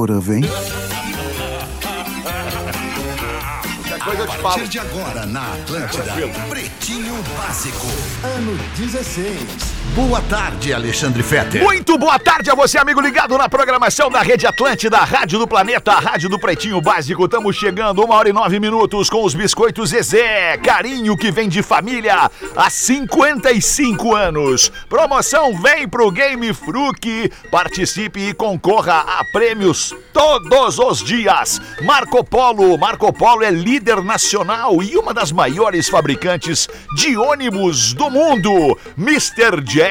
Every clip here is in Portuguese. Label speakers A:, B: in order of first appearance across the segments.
A: Ora vem.
B: Depois eu te
C: A
B: falo.
C: partir de agora na Atlântida, Pretinho Básico, ano 16. Boa tarde, Alexandre Fetter.
B: Muito boa tarde a você, amigo ligado na programação da Rede Atlântida, a Rádio do Planeta, a Rádio do Pretinho Básico. Estamos chegando, uma hora e nove minutos, com os biscoitos Zezé. Carinho que vem de família há 55 anos. Promoção Vem pro Game Fruc. Participe e concorra a prêmios todos os dias. Marco Polo. Marco Polo é líder nacional e uma das maiores fabricantes de ônibus do mundo. Mr. Jack.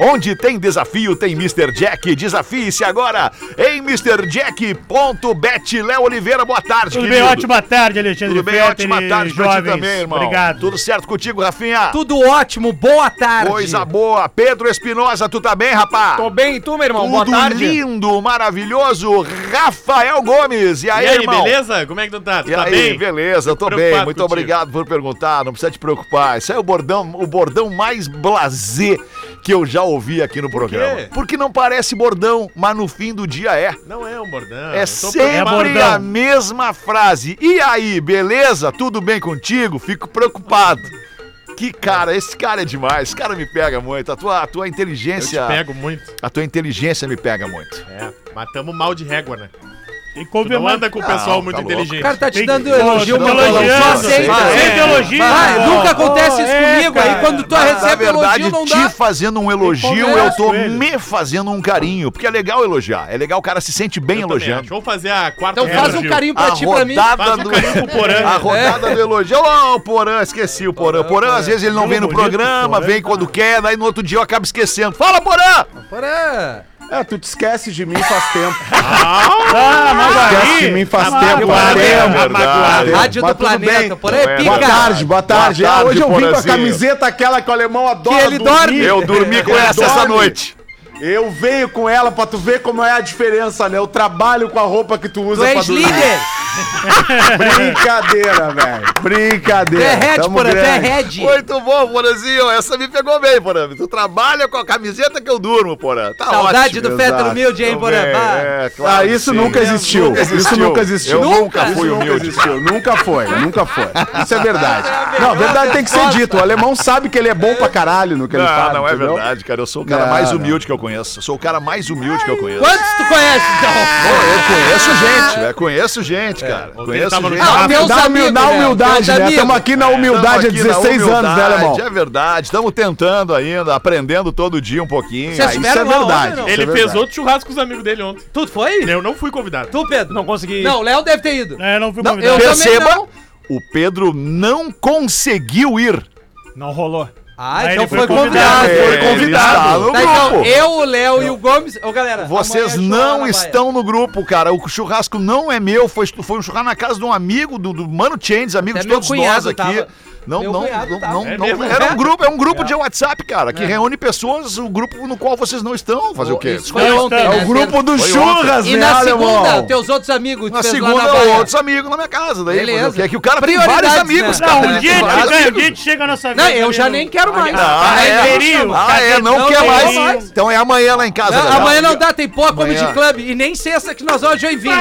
B: Onde tem desafio, tem Mr. Jack. Desafie-se agora em MrJack.bet. Léo Oliveira, boa tarde,
D: Tudo bem,
B: querido.
D: ótima tarde, Alexandre
B: Tudo bem,
D: Fetter
B: ótima
D: e
B: tarde pra ti
D: jovens.
B: também, irmão.
D: Obrigado.
B: Tudo certo contigo, Rafinha?
E: Tudo ótimo, boa tarde.
B: Coisa boa. Pedro Espinosa, tu tá bem, rapá?
F: Tô bem, e tu, meu irmão?
B: Tudo
F: Boa tarde.
B: lindo, maravilhoso, Rafael Gomes. E aí,
G: E aí,
B: irmão?
G: beleza? Como é que tu tá? Tu
B: E
G: tá
B: aí,
G: bem?
B: beleza, eu tô
G: Preocupado
B: bem, muito
G: contigo.
B: obrigado por perguntar, não precisa te preocupar. Isso aí é o bordão, o bordão mais blasé que eu já ouvi aqui no programa.
G: quê?
B: Porque não parece bordão, mas no fim do dia é.
G: Não é um bordão.
B: É
G: eu tô preocupado.
B: sempre
D: bordão.
B: a mesma frase. E aí, beleza? Tudo bem contigo? Fico preocupado. Que cara, esse cara é demais. Esse cara me pega muito. A tua, a tua
G: Eu te
B: inteligência.
G: pego muito.
B: A tua inteligência me pega muito.
G: É, matamos mal de régua, né?
D: E
G: Tu não
D: complementa.
G: anda com o pessoal
B: Não,
G: muito
B: tá louco.
G: inteligente.
E: O cara tá te
D: Tem-
E: dando
D: Pô,
E: elogio,
D: tô
B: não,
E: mano.
B: não,
E: Só
D: elogiando.
B: não,
E: aceita.
B: não,
D: Sempre
B: não.
D: elogio.
E: Vai,
D: irmão.
E: nunca acontece
D: Ô,
E: isso
D: é,
E: comigo. Aí
D: cara.
E: quando tu
B: Mas, na
E: recebe
B: verdade,
E: elogio, não
B: te
E: dá.
B: fazendo um elogio,
D: conversa
B: eu tô
D: com ele.
B: me fazendo um carinho. Porque é legal elogiar. É legal o cara se sente bem
G: Eu também acho.
B: elogiando.
G: Vamos fazer a quarta
E: Então
G: do
E: faz um
G: elogio.
E: carinho
B: A
E: pra ti, pra mim.
B: rodada
G: Faz um
B: do.
G: carinho pro Porã.
B: A rodada do elogio. Ô, o Porã, esqueci o Porã. O Porã, às vezes, ele não
D: Tudo
B: vem no
D: bonito,
B: programa,
D: Porã,
B: vem
D: tá.
B: quando quer, daí no outro dia eu acabo esquecendo. Fala, Porã!
E: Porã.
C: É, tu te esquece de mim faz tempo.
D: Ah, mas
C: esquece de
D: aí.
C: mim faz
B: Ah,
D: tá
C: tempo.
D: magoado,
C: faz
B: é
G: um
C: tempo.
D: tá magoado.
E: Rádio
C: Mas
E: do
C: tudo
E: planeta.
C: bem.
E: Porã é pica.
C: Boa tarde, boa tarde.
B: Boa
C: Ah,
B: tarde,
C: hoje eu vim com a
B: Porazinho.
C: camiseta aquela que o alemão adora.
E: Que ele
C: dormir.
E: dorme.
B: Eu dormi com
C: Ele
B: essa essa
C: dorme.
B: noite.
C: Eu venho com ela pra tu ver como é a diferença, né? Eu trabalho com a roupa que tu
E: Tu
C: usa pra
E: és
C: dormir.
E: líder.
C: Brincadeira, velho. Brincadeira.
E: Derrete,
C: Tamo
E: Porã.
C: grande.
E: Derrete.
B: Muito bom, Porãzinho. Essa me pegou bem, Porã. Tu trabalha com a camiseta que eu durmo, Porã. Tá
E: Saudade do Fetter
C: exato.
E: humilde, hein, Porã. Vai.
B: É,
C: Ah, isso nunca existiu. Isso nunca existiu.
B: Eu nunca
C: Isso
B: fui
C: nunca
B: humilde.
C: existiu. Nunca foi, nunca foi. Isso é verdade. Não, verdade tem que ser dito. O alemão sabe que ele é bom pra caralho no que ele faz.
B: Não, não é
C: entendeu?
B: verdade, cara. Eu sou o cara
C: Não,
B: mais
C: não.
B: humilde que eu conheço. Eu sou o cara mais humilde que eu conheço.
E: Quantos tu conhece,
B: Pô,
E: então?
B: eu conheço gente, velho. Conheço gente, cara. Conheço
G: tava no
B: gente.
E: Ah,
C: Na
E: Deus
C: humildade,
E: amigo,
C: na
E: né?
C: humildade,
E: Deus
C: né?
E: amigo.
C: Estamos aqui na humildade há
B: Tamo aqui na
C: 16 anos, né,
B: humildade,
C: alemão?
B: É verdade. Estamos tentando ainda, aprendendo todo dia um pouquinho.
E: Vocês
B: Aí,
C: isso
E: tiveram
C: é
E: uma onda,
C: verdade.
E: não?
G: Ele
C: Isso é
G: fez
C: verdade.
G: outro churrasco com os amigos dele ontem.
E: Tu foi?
G: Eu não fui convidado.
E: Tu, Pedro?
F: Não consegui.
E: Não, o Léo deve ter ido.
D: É, não fui
E: Não,
D: convidado.
E: eu- também
B: perceba,
E: não.
B: o Pedro não conseguiu ir.
D: Não rolou.
E: Ah,
D: Aí
E: então
D: ele
E: foi,
D: foi
E: convidado.
D: convidado.
B: É,
D: foi
B: ele
D: convidado.
B: está no
E: Tá,
B: grupo.
E: então, eu, o Léo e o Gomes. Ô, galera.
B: Vocês
E: amanhã é
B: não
E: Joana
B: estão no grupo, cara. O churrasco não é meu. Foi, foi um churrasco na casa de um amigo, do, do Mano Chains, amigo
E: Até
B: de
E: meu
B: todos nós
E: cunhado
B: aqui.
E: tava.
B: Não,
E: Meu
B: não,
E: cunhado
B: não,
E: tava.
B: não,
G: É
B: não-
G: mesmo?
B: Era um grupo, é um grupo de WhatsApp, cara, que
D: É.
B: reúne pessoas, o grupo no qual vocês não estão. Fazer o
E: Baia.
B: quê?
E: Isso foi
D: Não
E: ontem,
D: estão.
E: né,
C: O grupo do
B: Foi
C: Churras,
E: E
C: né,
E: na
C: alemão?
E: segunda, teus outros amigos. tu
B: Na
E: fez lá
B: segunda,
E: Baia.
B: outros amigos na minha casa. Daí,
E: Beleza.
B: fazer o quê? É que o cara tem
E: Prioridades,
B: vários
E: né?
B: amigos,
E: Não,
B: cara.
D: Não, um
B: Ele
D: dia a
B: tem
D: gente
B: vários
D: ganha, um
B: amigos.
D: dia a gente chega na nossa vida.
E: Não, eu já nem quero mais.
B: Ah,
E: Aí
B: é?
E: verio.
B: Ah, é, não
E: Não,
B: quer
E: não
B: mais.
E: quer mais.
B: Então é amanhã lá em casa,
E: Não,
B: galera.
E: amanhã não dá, tem pó Comedy
B: Amanhã.
E: Club. E nem sexta que nós é vamos a Joinville.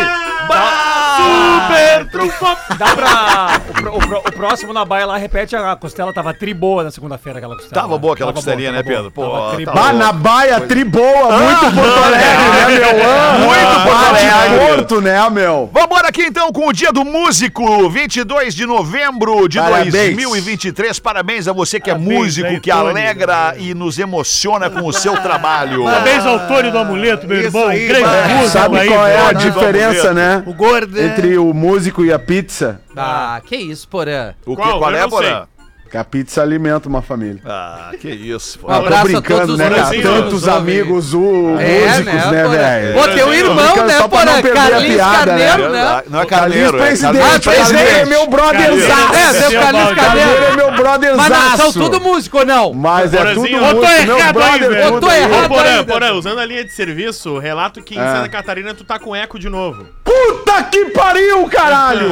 G: Super trufa.
F: Dá pra. O, pro- o pro- o próximo na baia lá, repete, a costela tava triboa na segunda-feira, aquela costela.
B: Tava boa aquela costelinha, né, Pedro? Pô,
F: Pô,
B: tá
C: Bah, na baia, triboa, muito Porto Alegre, né, meu? Ah,
B: Ah, é. Muito é Porto
C: de
B: Alegre.
C: Porto, né, meu?
B: Vambora aqui então com o Dia do Músico, 22 de novembro de
C: Parabéns.
B: 2023. Parabéns a você que é
D: Parabéns,
B: músico,
D: aí,
B: que
D: Tony.
B: alegra e nos emociona com o seu trabalho.
D: Parabéns ao Tônio do Amuleto, meu irmão.
B: aí,
D: um grande
B: mano.
D: músico
C: Sabe
D: aí,
C: qual é a
D: Tônio.
C: diferença, né?
E: O gordo.
B: é.
C: Entre o músico e a pizza?
F: tá?
E: Ah, que isso, Porã.
B: O que,
G: Qual?
B: qual
G: Eu
B: é,
G: não
B: Porã?
C: Que a pizza alimenta uma família.
B: Ah, que isso,
E: Um
B: Porã.
E: abraço a todos
C: brincando,
E: os
C: né, cara?
E: músicos,
C: Tantos
E: ouve.
C: amigos,
B: É,
C: o
E: É,
C: músicos, né,
E: Porã?
C: velho?
E: Pô, teu irmão,
C: Brincando
E: né,
C: só pra não
E: Porã?
C: perder a
E: Carlinhos
C: piada, né?
E: Carneiro, né?
B: Não é
C: Carlinhos
B: Carneiro, é
C: Presidente, Carlinhos é
B: Presidente.
C: meu brotherzaço.
E: É,
D: Seu
E: seu Carlinhos
D: Baldasso.
C: Carneiro
E: Carneiro.
C: é meu
E: Mas não, são
C: brotherzaço.
E: tudo músico ou não?
C: Mas é tudo
G: Porãzinho,
C: músico,
G: eu tô
C: meu
D: errado aí,
C: brother.
D: velho.
C: tudo
E: Eu tô
C: aí.
E: errado
G: Ô, Porã,
E: ainda.
G: Porã, usando a linha de serviço, relato que em
C: Ah.
G: Santa Catarina tu tá com eco de novo.
C: Puta que pariu, caralho!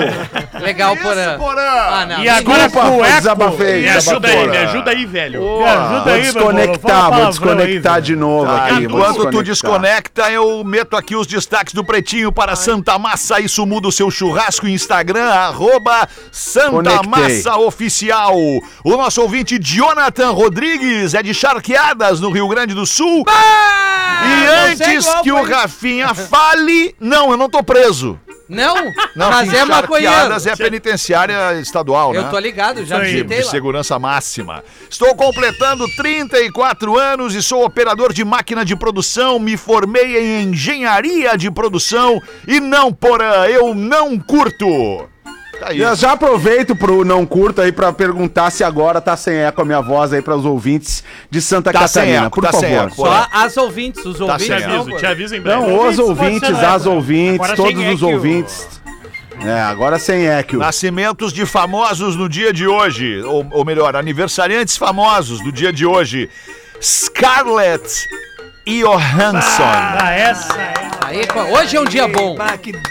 E: Legal, Porã.
B: Isso, Porã!
E: Ah, não.
H: E agora
C: Desculpa,
H: com o eco.
C: desabafei,
G: Me ajuda aí,
C: Bora.
G: me ajuda aí, velho.
C: Vou
H: Me ajuda aí, meu bolo.
C: desconectar,
H: Fala
C: vou
H: palavrão
C: desconectar
H: aí,
C: de novo aqui. vou
B: Tá, Enquanto tu
C: desconectar.
B: desconecta, eu meto aqui os destaques do Pretinho para Santa Massa. Isso muda o seu churrasco Instagram, arroba Santa
C: Conectei.
B: Massa Oficial. O nosso ouvinte Jonathan Rodrigues é de Charqueadas, no Rio Grande do Sul.
E: Ah,
B: e
E: não sei
B: antes
E: qual
B: que o
E: foi.
B: Rafinha fale, não, eu não tô preso.
E: Não,
B: Não,
E: mas
B: sim,
E: é maconheiro.
B: Charqueadas é penitenciária estadual, né?
E: Eu tô ligado, já
H: Isso aí.
E: digitei
B: de
E: lá.
B: segurança máxima. Estou completando 34 anos e sou operador de máquina de produção. Me formei em engenharia de produção e não porã, eu não curto. Tá aí.
C: Eu já aproveito pro não curto aí pra perguntar se agora tá sem eco a minha voz aí pros ouvintes de Santa
B: Tá sem
C: Catarina,
B: eco,
C: por
B: tá sem
C: favor.
B: eco.
E: Só as ouvintes, os ouvintes
G: Te
B: Tá certo.
E: não,
G: aviso,
E: Porã.
G: te aviso em breve.
C: Não, os
H: Ouvintes,
C: ouvintes,
G: né?
H: pode ser
C: as
H: eco.
C: ouvintes,
H: Agora
C: todos
H: sem
C: os
H: eco.
C: ouvintes. É, agora sem eco.
B: Nascimentos de famosos no dia de hoje, ou, ou melhor, aniversariantes famosos do dia de hoje. Scarlett Johansson.
H: Ah, essa é.
E: Aí, pô, hoje é um dia bom.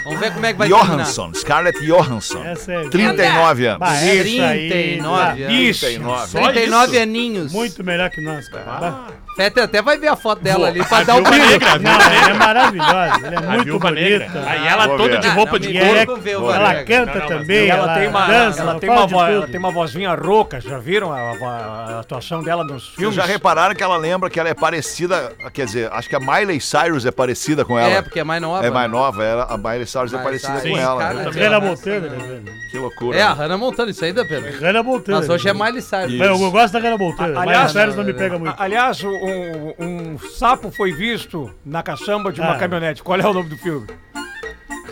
E: Vamos ver como é que vai terminar. Ah, é
B: Johansson, Scarlett Johansson.
H: Essa é-
B: 39 anos.
H: Bah, essa aí, né?
E: 39
H: bah,
E: anos.
B: 39.
E: 39 aninhos.
H: Muito melhor que nós, cara.
E: Fete até vai ver a foto dela ali pra dar o
G: Viúva
E: brilho.
G: negra, a
H: Não,
G: viúva
H: ela é
G: negra.
H: maravilhosa. Ela é
G: A
H: muito
G: viúva negra.
H: bonita.
G: Aí ela
B: Vou
G: toda
B: ver.
G: de
E: Ah,
G: roupa
E: não
G: de
E: me
H: gay.
E: vou
H: É,
E: envolver o
H: Ela
E: Vanegas.
H: canta
G: Não, não, mas
H: também,
I: Ela, tem uma,
H: dança,
I: ela tem uma
H: fala de
I: voz,
H: tudo.
I: ela tem uma vozinha rouca, já viram a, a- a atuação dela nos
B: Vocês
I: filmes?
B: já repararam que ela lembra que ela é parecida, quer dizer, acho que a Miley Cyrus é parecida com ela.
E: É, porque é mais nova.
B: É mais nova, ela, a Miley Cyrus é
E: Miley
B: parecida
E: Cyrus,
B: com ela.
E: cara,
B: né?
E: é.
H: Hannah Montana, né, velho?
B: Que loucura.
E: É, a
B: né?
E: Hannah Montana, isso ainda, Pedro.
H: Hannah Montana.
E: Mas hoje é Miley Cyrus.
H: Bem, Eu gosto da Hannah Montana.
I: Aliás,
H: Miley Cyrus não me pega muito.
I: A- Aliás, um, um sapo foi visto na caçamba de uma
H: Ah.
I: caminhonete. Qual é o nome do filme?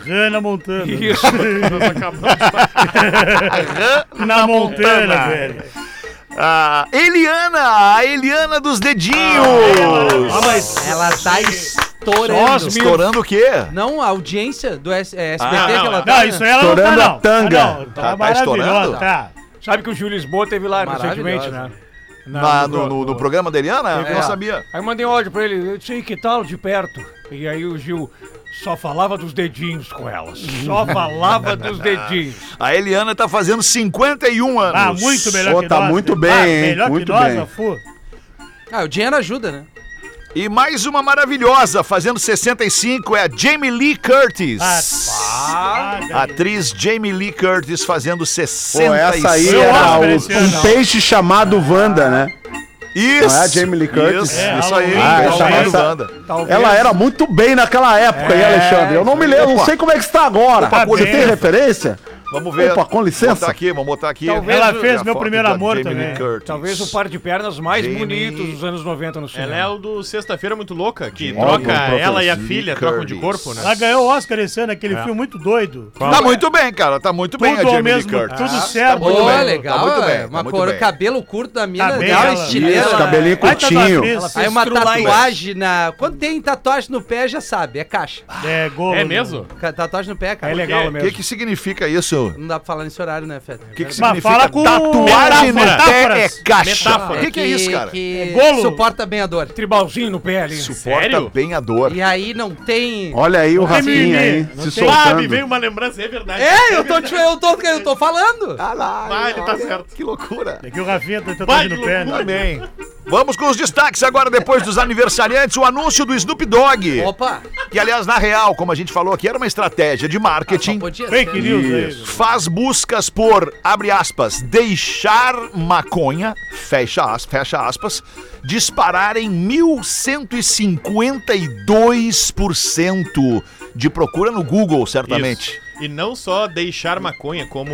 H: Hannah Montana.
I: Isso.
H: Na Montana,
E: né?
H: velho.
B: Ah, Eliana, a Eliana dos dedinhos.
E: Ah, Ela tá estourando.
B: Estourando o quê?
E: Não, a audiência do S- é, SBT
B: Ah,
E: que ela
B: não,
E: tá.
H: Não,
E: né?
H: isso aí ela não tá,
C: Estourando a
H: não.
C: tanga.
H: Ah,
B: Tá-
H: não,
B: tá
H: tá maravilhosa.
B: estourando?
H: Tá.
I: Sabe que o Júlio Lisboa teve lá recentemente,
E: Maravilhosa.
I: né?
B: Na- Ah, no, no- no programa da Eliana? Eu
E: É.
B: não sabia.
I: Aí eu mandei um áudio pra ele, eu disse, "E que tal de perto? E aí o Gil só falava dos dedinhos com ela. Só falava dos dedinhos.
B: A Eliana tá fazendo 51 anos.
H: Ah, muito melhor
C: Pô,
H: que
C: tá
H: nós.
C: muito bem,
H: Ah,
C: hein?
H: Melhor que
C: Muito
H: nós,
C: bem.
H: a Fu.
E: Ah, o dinheiro ajuda, né?
B: E mais uma maravilhosa, fazendo 65, é a Jamie Lee Curtis.
H: Ah,
B: A Atriz Jamie Lee Curtis fazendo
C: Pô,
B: 65.
C: essa é aí
H: Eu
C: era
H: acho
B: né?
C: o-
H: merecendo.
C: um peixe chamado Wanda, né?
B: Isso.
C: Não é a Jamie Lee Curtis?
B: Isso,
H: É,
B: isso
H: ela-
B: aí.
C: Ah,
B: Beijo
C: essa-
B: chamado
C: essa-
B: Wanda.
I: Talvez-
C: Ela era muito bem naquela época, hein, Alexandre? Eu não me lembro, não sei como é que está agora.
H: Opa,
C: Você tem
H: bem.
C: referência?
B: Vamos ver.
C: Opa, com licença.
B: Vamos botar aqui, vamos botar aqui.
I: Talvez
H: Ela
I: o-
H: fez
B: a
H: meu
B: foto
H: primeiro
B: da
H: amor
B: Jamie
H: também.
B: Lee Curtis.
I: Talvez o par de pernas mais
B: Jamie-
I: bonitos dos anos 90 no cinema.
G: Ela é o do Sexta-feira Muito Louca, que
C: Olha,
G: troca
C: o
G: ela e a
C: professor
G: filha,
B: Lee
G: trocam de
B: Curtis.
G: corpo, né?
H: Ela ganhou o Oscar esse ano, aquele filme muito doido.
B: É. Tá muito bem, cara. Tá muito bem a
H: Tudo ao
B: Jamie Lee
H: mesmo,
B: Curtis.
H: tudo
B: tá
H: certo.
B: muito
E: Ô,
B: bem, tá
E: legal,
B: muito
E: é,
B: bem, tá
E: uma
B: muito
E: cor,
B: bem.
E: cabelo curto da mina,
H: Tá bem,
E: dá uma
H: ela-
E: estileira.
C: Isso,
E: né?
C: cabelinho
H: Baita da
C: curtinho.
H: tá atriz.
E: Aí uma tatuagem na... Quando tem tatuagem no pé, já sabe, é caixa.
H: É, golo.
G: É
H: né?
G: mesmo?
E: Ca- Tatuagem no pé, cara.
I: É legal
B: O
I: mesmo.
B: que que significa isso? O
E: Não dá pra falar nesse horário, né, Feta?
B: que que
H: Mas
B: significa
H: fala com
B: tatuagem no
H: metáforas.
B: pé é caixa? O
G: Metáfora.
B: que que é isso, cara?
E: Que
H: É golo?
E: suporta bem a dor.
I: Tribalzinho no pé ali.
B: Suporta
G: Sério?
B: bem a dor.
E: E aí não tem...
C: Olha aí o
H: Não tem
C: Rafinha
H: mimimi,
C: aí,
H: não
C: se
H: tem.
G: Ah, me veio
C: soltando.
G: uma lembrança, é verdade.
E: É, eu tô, te- eu tô, eu tô falando.
B: Ah lá,
G: Ah, ele tá
B: olha,
G: certo.
B: Que loucura.
H: É que o Rafinha tá
G: Vai,
H: tatuagem no
G: que
H: pé.
G: loucura.
H: Né?
B: Também. Vamos com os destaques agora, depois dos aniversariantes, o anúncio do Snoop Dogg.
E: Opa,
B: Que, aliás, na real, como a gente falou aqui, era uma estratégia de
E: só
G: Ah,
B: marketing.
E: podia
H: Fake
E: ser.
H: news aí. velho.
B: Faz buscas por, abre aspas, deixar maconha, fecha, as- fecha aspas, disparar em 1152% de procura no Google, certamente.
G: E não só deixar maconha, como.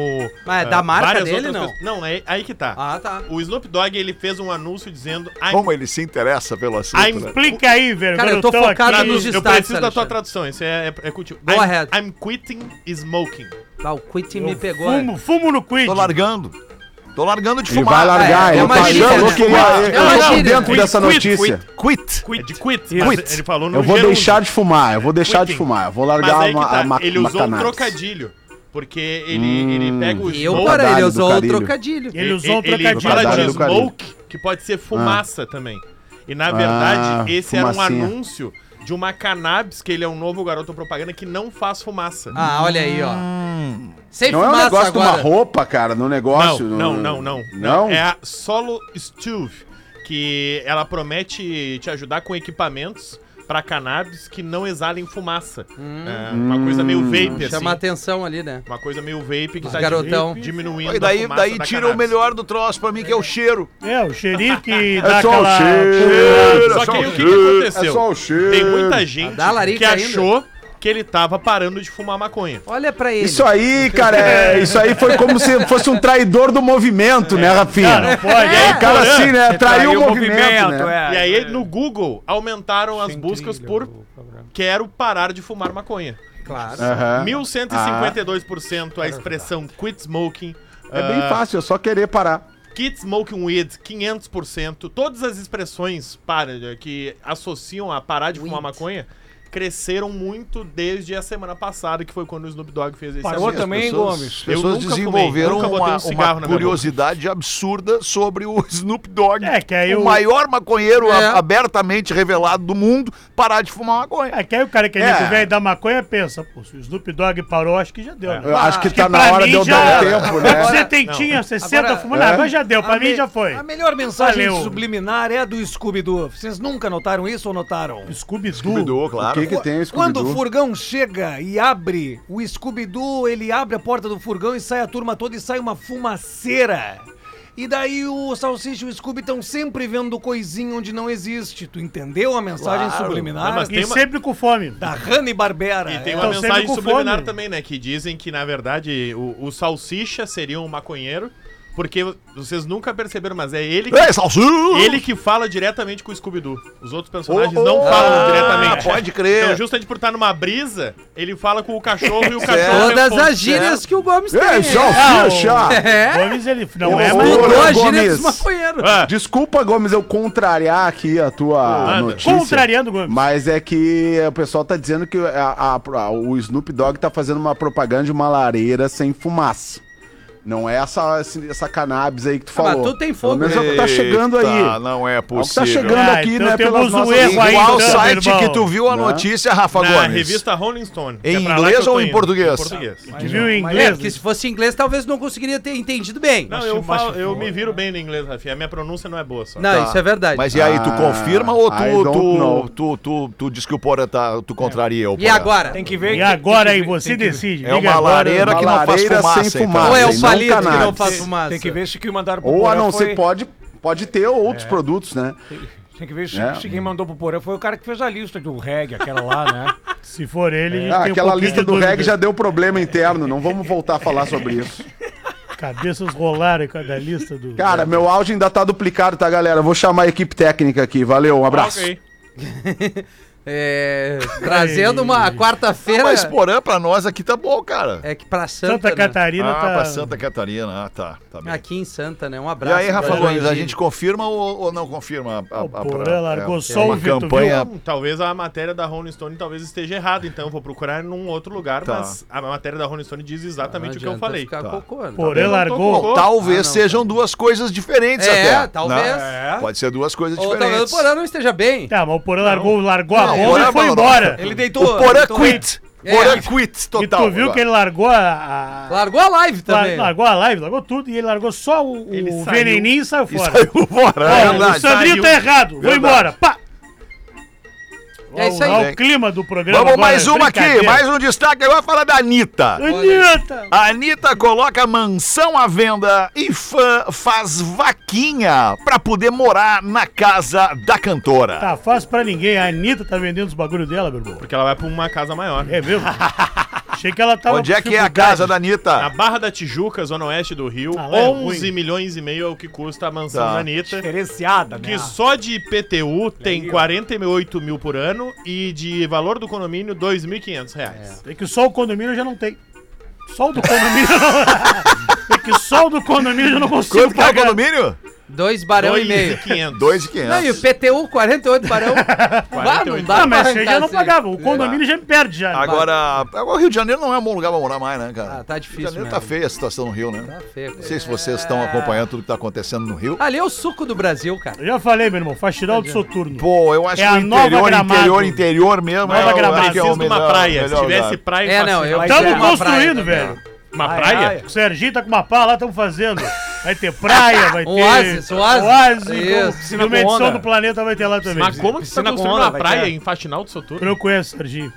E: Mas é
G: ah,
E: da marca
G: várias
E: dele,
G: outras
E: não?
G: coisas. Não, é aí que tá.
E: Ah, tá.
G: O Snoop Dogg ele fez um anúncio dizendo. I'm-
B: Como ele se interessa pelo assunto,
G: I'm
B: né?
H: Explica aí, velho.
E: Cara, eu tô
H: garotão
E: focado
H: aqui.
E: nos-
G: Tá, eu
E: destaques,
G: preciso da tua
E: Alexandre.
G: tradução, isso é, é, é contigo.
E: Go
G: I'm,
E: ahead.
G: I'm quitting smoking.
E: Ah, o Quitty me
H: Eu
E: pegou.
H: Fumo, fumo no quid.
B: Tô largando. Tô largando de
C: E
B: fumar.
C: vai largar,
E: é
C: ele
E: uma
C: tá
E: gíria,
C: achando
E: né?
C: que ele
E: É uma
C: eu tô
E: gíria.
C: dentro dessa notícia.
B: Quit.
G: É de quit.
C: Quit.
G: Ele falou no
C: Eu vou
G: gerúndio.
C: deixar de fumar, eu vou deixar de
G: Quitting.
C: fumar, eu vou
G: Mas
C: largar
G: aí que
C: uma-
G: tá,
C: a ma-
G: ele usou um
C: macanats.
G: trocadilho. Porque ele,
C: Hum.
G: ele pega o
E: E eu,
C: Trocadilho
E: porém, ele
C: do
E: usou o
C: carilho.
E: trocadilho.
H: Ele usou um
G: Ele
H: trocadilho.
G: fala
C: Trocadilho
G: de
C: do carilho.
G: smoke, que pode ser fumaça também. E na verdade, esse era um
C: Ah, fumacinha.
G: anúncio de uma cannabis, que ele é um novo garoto propaganda que não faz fumaça.
E: Ah, olha aí, ó. Sem
C: Não é um
E: fumaça
C: negócio de uma
E: agora.
C: roupa, cara, no negócio.
G: não, não, não,
C: Não?
G: É a Solo Stuve, que ela promete te ajudar com equipamentos pra cannabis que não exalem fumaça. É, uma coisa meio vape, assim.
E: Hum. Chama atenção ali, né?
G: Uma coisa meio vape que
E: Os
G: tá
E: garotão.
G: dimi- diminuindo
B: E daí,
G: a fumaça
B: daí
G: da
B: tira o
G: cannabis.
B: melhor do troço pra mim, que é o cheiro.
H: É, o cheirinho que dá
C: É só o
H: aquela...
C: cheiro. é
G: Só que aí o que, que
C: cheiro,
G: aconteceu?
C: É só o cheiro.
G: Tem muita gente
E: Dá larica
G: que
E: ainda.
G: achou que ele tava parando de fumar maconha.
E: Olha pra ele.
C: Isso aí, cara, é- isso aí foi como se fosse um traidor do movimento, né, Rafinha?
H: Não pode,
C: É, o cara assim, né? Traiu o movimento, né?
E: Ah,
I: é.
G: E aí no Google aumentaram as buscas por quero parar de fumar maconha.
E: Claro.
B: É. Ah.
C: Aham.
G: 1152% a expressão quit smoking.
C: É bem
G: ah,
C: fácil, é só querer parar.
G: Quit smoking weed, 500%. Todas as expressões para, que associam a parar de fumar maconha cresceram muito desde a semana passada, que foi quando o Snoop Dogg fez esse
I: Parou
G: anúncio.
I: também,
B: As
I: Gomes?
G: Eu
B: pessoas
G: nunca fumei,
B: desenvolveram
G: nunca botei um
B: uma,
G: cigarro
B: uma
G: na minha
B: curiosidade absurda sobre o Snoop Dogg,
H: É, que aí
B: o
H: o-
B: maior maconheiro
E: É.
B: a- abertamente revelado do mundo, parar de fumar maconha.
H: É que aí o cara que é
B: É.
H: nego velho da maconha pensa, pô, se o Snoop Dogg parou, acho que já deu, né?
C: Eu acho que
H: Acho
C: tá
H: que
C: na
H: pra
C: hora
H: mim
C: de eu
H: já
C: dar um
H: era.
C: tempo, né?
H: Setentinha, 60,
I: Agora-
H: fumando, ah,
C: É?
H: mas já deu, pra
I: A
H: mim
I: me-
H: já foi.
I: A melhor mensagem
H: Valeu.
I: subliminar é a do Scooby-Doo. Vocês nunca notaram isso ou notaram?
H: Scooby-Doo.
C: O que que tem,
I: Quando o
C: Scooby-Doo?
I: furgão chega e abre, o Scooby-Doo, ele abre a porta do furgão e sai a turma toda e sai uma fumaceira. E daí o Salsicha e o Scooby estão sempre vendo coisinha onde não existe. Tu entendeu a mensagem subliminar
G: Não, mas tem
H: E
G: uma-
H: sempre com fome.
I: da Hanna-Barbera?
G: E tem
I: É.
G: uma
H: Tão sempre
G: mensagem
H: com
G: subliminar
H: fome.
G: também, né? Que dizem que, na verdade, o, o Salsicha seria um maconheiro, porque vocês nunca perceberam, mas é ele que,
B: Ei, Salsicha!
G: ele que fala diretamente com o Scooby-Doo. Os outros personagens não
B: Oh,
G: falam
B: ah,
G: diretamente.
B: pode crer.
G: Então, justamente por estar numa brisa, ele fala com o cachorro
B: É.
G: e o cachorro
E: Todas
G: responde. né?
E: as gírias que o Gomes tem.
C: É, salsicha!
E: É.
H: Gomes, ele não é,
C: Ô,
H: mas...
C: ô,
E: Mudou a
C: Gomes.
E: gíria dos maconheiros.
G: Ah,
C: Desculpa, Gomes, eu contrariar aqui a tua
G: Nada.
C: notícia.
H: Contrariando, Gomes.
C: Mas é que o pessoal tá dizendo que a- a- a- o Snoop Dogg tá fazendo uma propaganda de uma lareira sem fumaça. Não é essa, essa cannabis aí que tu
E: Ah, mas
C: falou.
E: tu tem né? fogo,
C: Pelo menos é o que tá chegando
B: Eita,
C: aí.
B: Não é
C: É o que tá
B: possível.
C: chegando
H: Ah,
C: aqui,
H: então
C: né?
H: temos um
C: nossas-
H: erro aí,
B: Qual
H: então,
B: site
H: irmão.
B: que tu viu a
C: Né?
B: notícia, Rafa
G: na
B: Gomes?
G: revista Rolling Stone.
B: Em
G: pra lá
B: inglês
G: que eu tô
B: ou em
G: indo.
B: português?
G: português.
H: Tu Viu em
E: Mas é,
H: inglês?
E: porque se fosse em inglês, talvez não conseguiria ter entendido bem.
G: Não, eu, falo, eu me viro bem no inglês, Rafinha. A minha pronúncia não é boa só.
E: Não,
B: Tá,
E: isso é verdade.
B: Mas e aí, tu
C: Ah,
B: confirma ou
C: I don't know.
B: tu, tu, tu, tu, tu diz que o Porã tá, tu contraria o
E: E
B: Porã?
E: agora?
I: Tem que ver.
H: E
I: tem-
H: agora
I: tem
H: aí,
I: que ver-
H: você
I: tem que ver-
H: decide.
B: É
H: Liga
B: uma
H: agora.
B: lareira que não faz
C: lareira
B: fumaça.
C: sem
B: então.
C: fumaça.
E: Ou é
C: Ah,
E: o
C: não
E: palito que não
C: cannabis.
E: faz fumaça?
I: Tem que ver se o que mandaram pro
C: Ou a
I: Porã
C: não
I: foi-
C: ser, pode, pode ter outros
H: É.
C: produtos, né?
I: Tem que ver se,
C: É.
I: se quem mandou pro Porã foi o cara que fez a lista do reggae, aquela lá, né?
H: Se for ele,
C: Ah,
H: tem um
C: aquela
H: pouquinho
C: lista
H: de
C: do
H: dúvida.
C: reggae já deu problema interno. Não vamos voltar a falar sobre isso.
H: Cabeças rolaram com a da lista do...
C: Cara, meu áudio ainda tá duplicado, tá, galera? Eu Vou chamar a equipe técnica aqui. Valeu, um abraço.
G: Ok.
E: É, trazendo uma quarta-feira.
B: Ah, Mas Porã pra nós aqui tá bom, cara.
E: É que pra Santa,
H: Santa
E: né?
H: Catarina
B: ah,
H: tá...
B: pra Santa Catarina, ah, tá, tá bem.
E: Aqui em Santa, né? Um
B: E
E: abraço.
B: aí, Rafa
E: Pra
B: Gomes, a
E: Joinville.
B: gente confirma ou, ou não confirma? A, a,
H: O Porã largou
B: é,
H: só
B: uma
H: o Vitor,
B: campanha...
G: Hum, Talvez a matéria da Rolling Stone talvez esteja errada, então eu vou procurar num outro lugar,
B: Tá.
G: mas a matéria da Rolling Stone diz
E: Não
G: exatamente o que eu
E: adianta
G: falei.
E: Ficar
B: Tá.
E: cocô, né?
H: Porã
G: Eu não tô
H: largou.
G: com-
B: Talvez
E: Ah, não,
H: tá.
B: sejam duas coisas diferentes
E: É,
B: até.
E: talvez.
B: né? Pode ser duas coisas
E: Ou
B: diferentes.
E: talvez o Porã não esteja bem.
H: Tá, mas o Porã largou, largou
B: Não, é
H: a
B: o
H: bomba
B: Porã
H: e foi
B: falou,
H: embora.
I: Ele
B: O
I: deitou.
B: Porã
I: deitou-
B: quit.
E: É.
B: Porã quit
H: E
B: total.
H: tu viu que ele largou a... a-
E: Largou a live também.
H: Largou a live, largou tudo e ele largou só o,
G: Ele
H: o
G: saiu.
H: veneninho e saiu é fora.
B: o Porã.
H: Ó,
B: É
H: o
B: verdade.
H: Sandrinho tá
G: saiu.
H: errado, vou
B: Verdade.
H: embora. Pá!
E: É isso aí.
H: Ó,
B: Bem.
H: o clima do programa.
B: Vamos
H: agora,
B: mais uma aqui,
H: brincadeira.
B: mais um destaque. Agora fala da Anitta.
H: Anitta!
B: A Anitta coloca mansão à venda e fã faz vaquinha pra poder morar na casa da cantora.
H: Tá fácil pra ninguém. A Anitta tá vendendo os bagulho dela, meu irmão.
G: Porque ela vai pra uma casa maior.
H: É mesmo? Achei que ela tava.
B: Onde é
H: com
B: que é a casa da
G: Na
B: Anitta?
G: Barra da Tijuca, zona oeste do Rio,
H: Ah, lá é
G: 11
H: ruim.
G: milhões e meio é o que custa a mansão
B: Tá.
G: da Anitta.
I: Diferenciada, né?
G: Que só de IPTU tem 48 mil por ano e de valor do condomínio, 2.500 reais.
H: É que só o condomínio eu já não tem. Só o do condomínio. é que só o do condomínio eu já não consigo
B: Quanto que é o
H: pagar.
B: condomínio?
E: Dois barão e meio.
G: 2,500.
B: Dois e quinhentos.
E: Não, e o PTU, 48 barão. Vá, não
G: 48.
E: dá
H: Ah, mas
E: pra
H: esse aí já
E: arrancar
H: não
E: assim.
H: pagava. O condomínio já me perde já.
B: Agora, agora o Rio de Janeiro não é um bom lugar pra morar mais, né, cara?
E: Ah, tá difícil
B: Rio de Janeiro
E: mesmo.
B: tá feia a situação no Rio, né?
E: Tá feio,
B: Não
E: cara.
B: sei se vocês estão acompanhando tudo que tá acontecendo no Rio.
E: Ali é o suco do Brasil, cara.
H: Eu já falei, meu irmão, Faxinal do Soturno.
B: Pô, eu acho
H: É
B: que
H: a
B: o
H: nova
B: interior,
H: Gramado.
B: interior, interior mesmo.
H: Nova
B: eu acho
H: Gramado.
B: que é um
G: Preciso de é uma
B: melhor-
G: praia. Se
B: melhor
G: tivesse
B: lugar.
G: praia,
E: É,
G: fácil.
E: não, eu
H: Estamos
E: é uma
H: construindo,
E: praia
H: velho.
G: Uma
I: Ai,
G: praia?
I: ai.
H: O Serginho tá com uma pá lá, estamos fazendo. Vai ter praia, vai ter.
E: Um oásis, um oásis.
H: Oásis,
E: Isso.
H: e
I: Piscina
H: uma
I: com
H: edição
I: onda.
H: do planeta vai ter lá também.
G: Mas como que você tá
I: Piscina com
G: construindo
I: onda,
G: uma
I: vai
G: praia
I: ter.
G: em Faxinal do Soturno?
H: Eu não conheço, Serginho.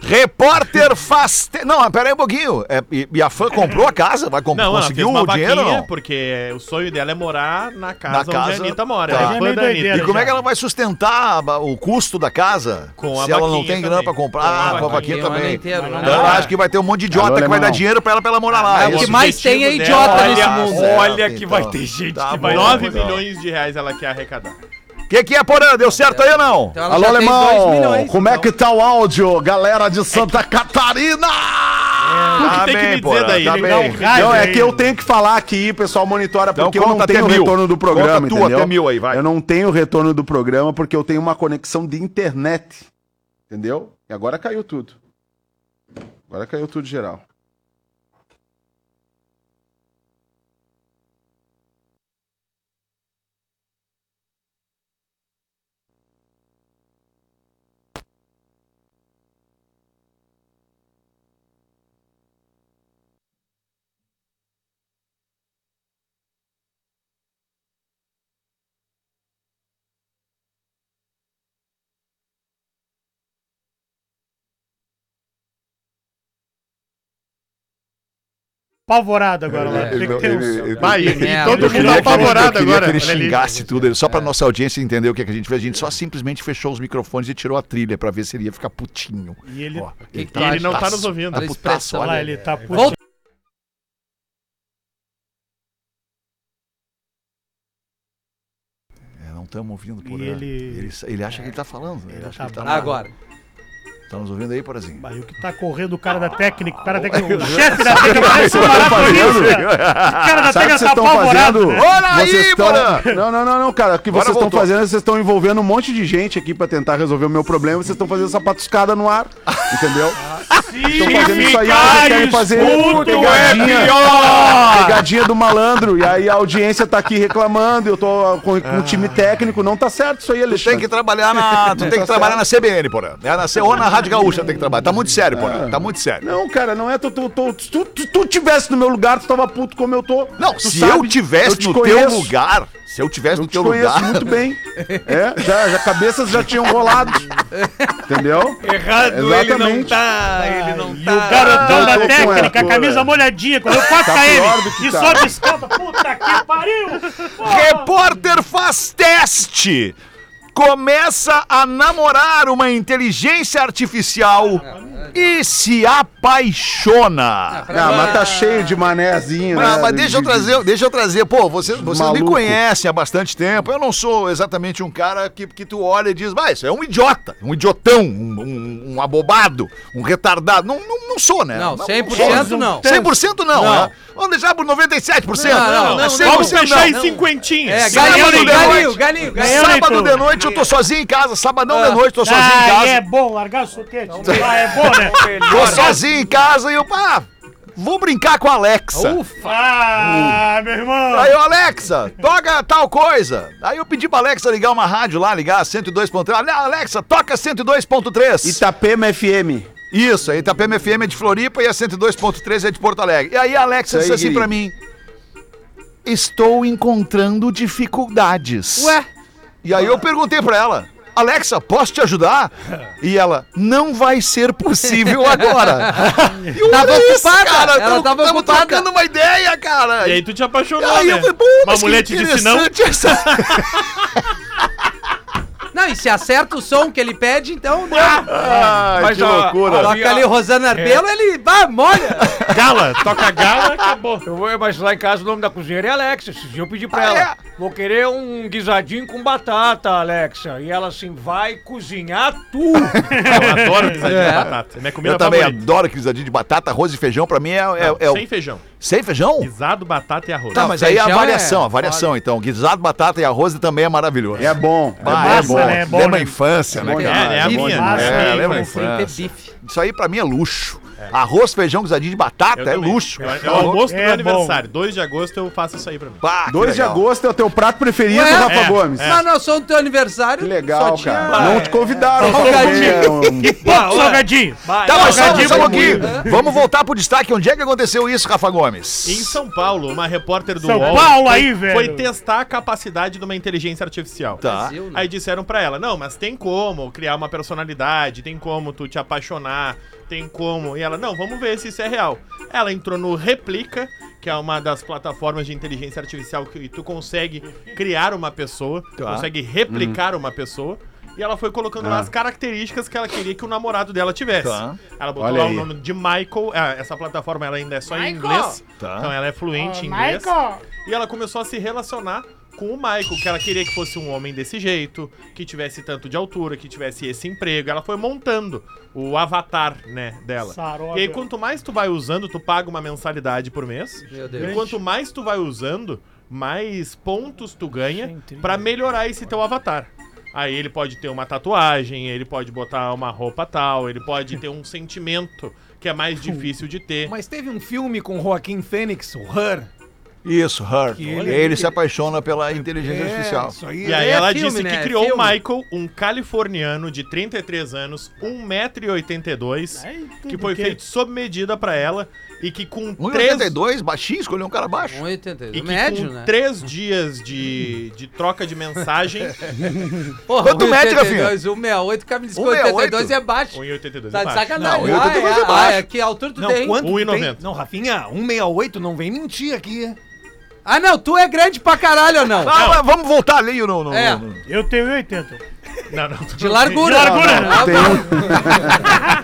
B: Repórter faz. Te... Não, pera aí um pouquinho. É, e, e a fã comprou a casa? Vai comp...
G: Não, ela fez
B: conseguiu
G: uma
B: o dinheiro?
G: vaquinha,
B: Não?
G: porque o sonho dela é morar na
B: Na
G: casa,
B: casa-
G: onde a Anitta mora.
B: Tá.
G: Ela
H: É
G: é
H: meio
G: fã da
H: doideira.
B: E
G: Anitta.
B: como é que ela vai sustentar a- o custo da casa
G: Com a
B: se ela não
G: vaquinha
B: tem grana
G: também.
B: pra comprar? Ah, com a vaquinha
E: Vaquinha o ano
B: também.
E: inteiro, né?
B: Então, eu acho que vai ter um monte de idiota
C: Alô,
B: que vai
C: alemão.
B: dar dinheiro pra ela pra ela morar lá.
E: Ah, o
B: Isso.
E: que mais tem é
G: objetivo
E: idiota
G: dela.
E: nesse
B: um Olha-
E: mundo.
G: É,
B: Olha
J: que
B: então.
J: vai ter gente
B: Tá
J: que
B: bom,
J: vai.
G: 9
B: então.
G: milhões de reais ela quer arrecadar.
B: Que que é, Porã? Deu certo aí ou não?
E: Então ela
C: Alô,
E: já tem dois
C: alemão!
E: milhões,
C: Como é
E: então.
C: que tá o áudio, galera de Santa Catarina?
G: Tu que tem que me dizer
B: Porã,
G: daí,
B: tá
G: ele
B: bem.
G: dá um
H: raio
C: não, é
H: aí.
C: que eu tenho que falar aqui, o pessoal monitora,
B: Então
C: porque eu não
B: conta
C: tenho
B: até mil.
C: retorno do programa,
B: Conta tu
C: entendeu?
B: até mil aí, vai.
C: Eu não tenho retorno do programa porque eu tenho uma conexão de internet, entendeu? E agora caiu tudo. Agora caiu tudo geral.
H: Apavorado agora
C: É,
H: lá. Tem que ter um-
G: Vai, e
E: merda.
G: todo
H: Eu
G: mundo
H: queria
G: tá
H: que-
B: Eu
G: apavorado
B: queria
G: agora.
B: que ele
G: Olha ali.
B: xingasse tudo, ele- só pra nossa audiência entender o que, é que a gente fez. A gente só simplesmente fechou os microfones e tirou a trilha pra ver se ele ia ficar putinho.
H: E ele-
B: Ó,
E: que que tu
G: E ele
E: acha?
G: não tá
B: putaço,
G: nos ouvindo.
E: Olha a expressão.
H: Lá ele tá puto.
E: Volta.
B: É, não estamos ouvindo, Porã.
H: ele-
B: Ele, ele acha que ele tá falando. Ele, acha
H: tá
B: que ele tá
H: bravo.
E: Agora.
B: Tá nos ouvindo aí, Porazinho?
H: Bah, e o que tá correndo o cara da técnica, o cara da técnica, o chefe da técnica vai
C: Sabe o que
H: separar por isso, cara. O cara da
C: Sabe o que
H: técnica
C: vocês
H: tá
C: estão
H: apavorado.
C: fazendo?
H: né?
B: Olha aí,
C: Vocês tão-
B: Porã!
C: Não, não, não, não, cara. O que
B: Agora
C: vocês estão
B: voltou.
C: fazendo é vocês estão envolvendo um monte de gente aqui pra tentar resolver o meu problema. e Vocês estão fazendo essa patuscada no ar. Entendeu? Estão fazendo isso aí, vocês querem fazer
H: é
C: pegadinha, pegadinha do malandro. E aí a audiência tá aqui reclamando. Eu tô com, com um time técnico. Não tá certo isso aí,
B: Tu tem
C: Alexandre.
B: que trabalhar na. Tu tem que
C: Tá
B: trabalhar na CBN, Porã. É na C ou na Rádio Gaúcha tem que trabalhar. Tá muito sério, Porã. Tá muito sério.
C: Não, cara, não é. Tu, tu, tu, tu, tu, tu tivesse no meu lugar, tu tava puto como eu tô.
B: Não,
C: Tu
B: se
C: sabe,
B: eu tivesse
C: te
B: no
C: conheço.
B: teu lugar, se eu tivesse
C: Eu
B: no
C: te
B: teu
C: conheço
B: lugar,
C: É muito bem. É, já, já cabeças já tinham rolado. Entendeu?
I: Errado, ele não
C: Exatamente.
G: Ah,
I: tá. Ele não
H: E
I: tá.
H: o garotão
C: Ah,
H: da
C: tô com
H: técnica,
C: ela,
H: a camisa molhadinha, quando eu 4
C: pior do
H: km
C: que
H: e
C: tá.
H: sobe escada, puta que pariu! Porra.
B: Repórter faz teste. Começa a namorar uma inteligência artificial e se apaixona.
C: Ah, mas tá cheio de manézinho,
B: Ah,
C: né?
B: mas deixa eu
C: De-
B: trazer, deixa eu trazer. Pô, vocês, vocês me
C: Maluco.
B: conhecem há bastante tempo. Eu não sou exatamente um cara que, que tu olha e diz, vai, isso é um idiota, um idiotão, um, um- um abobado, um retardado. Não, não, não sou, né?
E: Não,
B: sou.
E: 100% não.
B: 100% não,
E: Não.
B: né? Vamos deixar por 97%.
E: Não, não, não,
B: é
E: não.
B: 100%
G: Vamos fechar em
E: não.
G: cinquentinhas.
E: É,
B: Sábado
E: galinho,
B: de
E: galinho,
B: noite.
E: galinho, galinho.
B: Sábado
H: então.
B: de noite eu tô sozinho em casa, sabadão de noite tô sozinho em
H: Ah,
B: casa.
H: é bom largar o soquete.
C: Então.
H: Ah, é bom, né?
B: Tô sozinho em casa e eu, pá, vou brincar com a Alexa.
E: Ufa.
H: Ah, meu irmão!
B: Aí eu, Alexa, toca tal coisa. Aí eu pedi pra Alexa ligar uma rádio lá, ligar 102.3. Ale- Alexa, toca 102.3.
C: Itapema FM.
B: Isso, aí Itapema FM é de Floripa e a 102.3 é de Porto Alegre. E aí a Alexa
C: Isso aí,
B: disse assim
C: querido.
B: pra mim: Estou encontrando dificuldades.
E: Ué,
B: E aí eu perguntei pra ela. Alexa, posso te ajudar? E ela, não vai ser possível agora. E eu,
E: Tava
B: olha isso,
E: ocupada,
B: cara,
E: ela
B: tamo-
E: tava
B: tamo
E: ocupada.
B: trocando uma ideia, cara.
G: E aí tu te apaixonou,
B: Aí
G: né?
B: eu falei, pô,
G: Uma
B: mas que
G: mulher te disse não.
B: interessante Essa...
E: não, e se acerta o som que ele pede, então. né?
C: Ah,
B: Ai,
I: Ah, Mas
B: que
I: a-
B: loucura.
E: Toca ali
G: É.
E: Rosana Arbelo, ele vai, molha.
G: né? Gala, toca gala, acabou.
I: Eu vou mas lá em casa, o nome da cozinheira é Alexa. Esses dias eu pedi pra
B: Ah,
I: ela.
C: é?
I: Vou querer um guisadinho com batata, Alexa. E ela assim, vai cozinhar tu.
G: Eu adoro guisadinha
E: É.
G: de batata. É minha comida
B: Eu também
G: favorita.
B: adoro guisadinha de batata, arroz e feijão. Pra mim é, é, é o-
G: Sem feijão.
B: Sem feijão?
G: Guisado, batata e arroz.
B: Tá,
E: Não,
B: mas aí a
E: feijão
B: variação,
E: é
B: a variação, então. Guisado, batata e arroz também é maravilhoso.
C: É bom.
B: Ah,
C: é
B: é
C: bom.
B: bom.
H: né? É bom,
B: lembra a
H: né?
B: infância, né,
C: bom
B: cara?
G: demais. É,
E: Bife,
G: bom
E: massa,
G: demais.
B: É,
E: bacon,
B: lembra a
E: frito e
B: infância.
E: bife.
B: Isso aí pra mim é luxo. Arroz, feijão, guisadinho de batata, é
G: também.
B: luxo.
G: É o almoço do
H: É
G: meu
H: bom.
G: aniversário. 2 de agosto eu faço isso aí pra mim.
B: Pá, que
C: 2 de
B: legal.
C: agosto é o teu prato preferido,
E: Ué?
C: Rafa
G: É,
C: Gomes.
E: Mas nós somos do teu aniversário.
C: Que legal,
E: só tinha-
C: cara. Não te convidaram. pra
E: Salgadinho.
C: comer um-
H: Pô, salgadinho.
B: Tá, mas só,
H: Salgadinho
B: só um
H: com
B: pouquinho. Vamos voltar pro destaque. Onde é que aconteceu isso, Rafa Gomes?
G: Em São Paulo, uma repórter do
H: São
G: UOL
H: Paulo
G: foi,
H: aí, velho.
G: foi testar a capacidade de uma inteligência artificial.
B: Tá.
E: Brasil, né?
G: Aí disseram pra ela, não, mas tem como criar uma personalidade, tem como tu te apaixonar, tem como. E ela, não, vamos ver se isso é real. Ela entrou no Replica, que é uma das plataformas de inteligência artificial que tu consegue criar uma pessoa,
C: Tá.
G: consegue replicar uma pessoa. E ela foi colocando
C: Ah.
G: lá as características que ela queria que o namorado dela tivesse.
B: Tá.
G: Ela botou
C: Olha
G: lá
C: aí.
G: o nome de Michael. ah, Essa plataforma ela ainda é só em
J: Michael!
G: inglês.
B: Tá.
G: Então ela é fluente em inglês.
J: Michael!
G: E ela começou a se relacionar com o Michael, que ela queria que fosse um homem desse jeito, que tivesse tanto de altura, que tivesse esse emprego. Ela foi montando o avatar, né, dela.
H: Saroba.
G: E aí, quanto mais tu vai usando, tu paga uma mensalidade por mês.
E: Meu
G: E
E: Deus.
G: quanto mais tu vai usando, mais pontos tu ganha pra melhorar esse teu avatar. Aí ele pode ter uma tatuagem, ele pode botar uma roupa tal, ele pode ter um sentimento que é mais difícil de ter.
I: Mas teve um filme com Joaquim Fênix, o Her.
B: Isso, Hurt. Ele,
I: ele-
B: se apaixona pela inteligência artificial.
I: isso aí.
G: E aí
E: É
G: ela
E: filme,
G: disse
E: né? É
G: que criou o
E: filme.
G: Michael, um californiano de 33 anos, 1,82m, que foi feito sob medida pra ela e que com
C: Um
G: 3
B: 1,82, baixinho, escolheu um cara baixo.
E: 1,82.
G: e que
E: Médio,
G: com
E: né?
G: três dias de, de troca de mensagem,
E: Porra,
B: Quanto mede, Rafinha?
E: 1,82, 1,68, cabe de
B: 1,82
E: 1,82 é baixo.
G: 1,82
E: Tá de
G: embaixo.
E: sacanagem.
B: Não, 1,82
E: Ah,
B: é
E: é,
B: baixo.
E: Ah, é, que altura tu
I: Não,
E: tem?
I: quanto? tu
G: 1,90.
I: tem? Não, Rafinha, 168, não vem mentir aqui.
E: Ah, não, tu é grande pra caralho ou não?
B: Ah, mas vamos voltar ali no. no,
E: É.
B: no-
H: Eu tenho 80.
G: Não, não, tu
E: De
G: não
E: largura.
H: De largura.
E: Ah,
C: Tem um-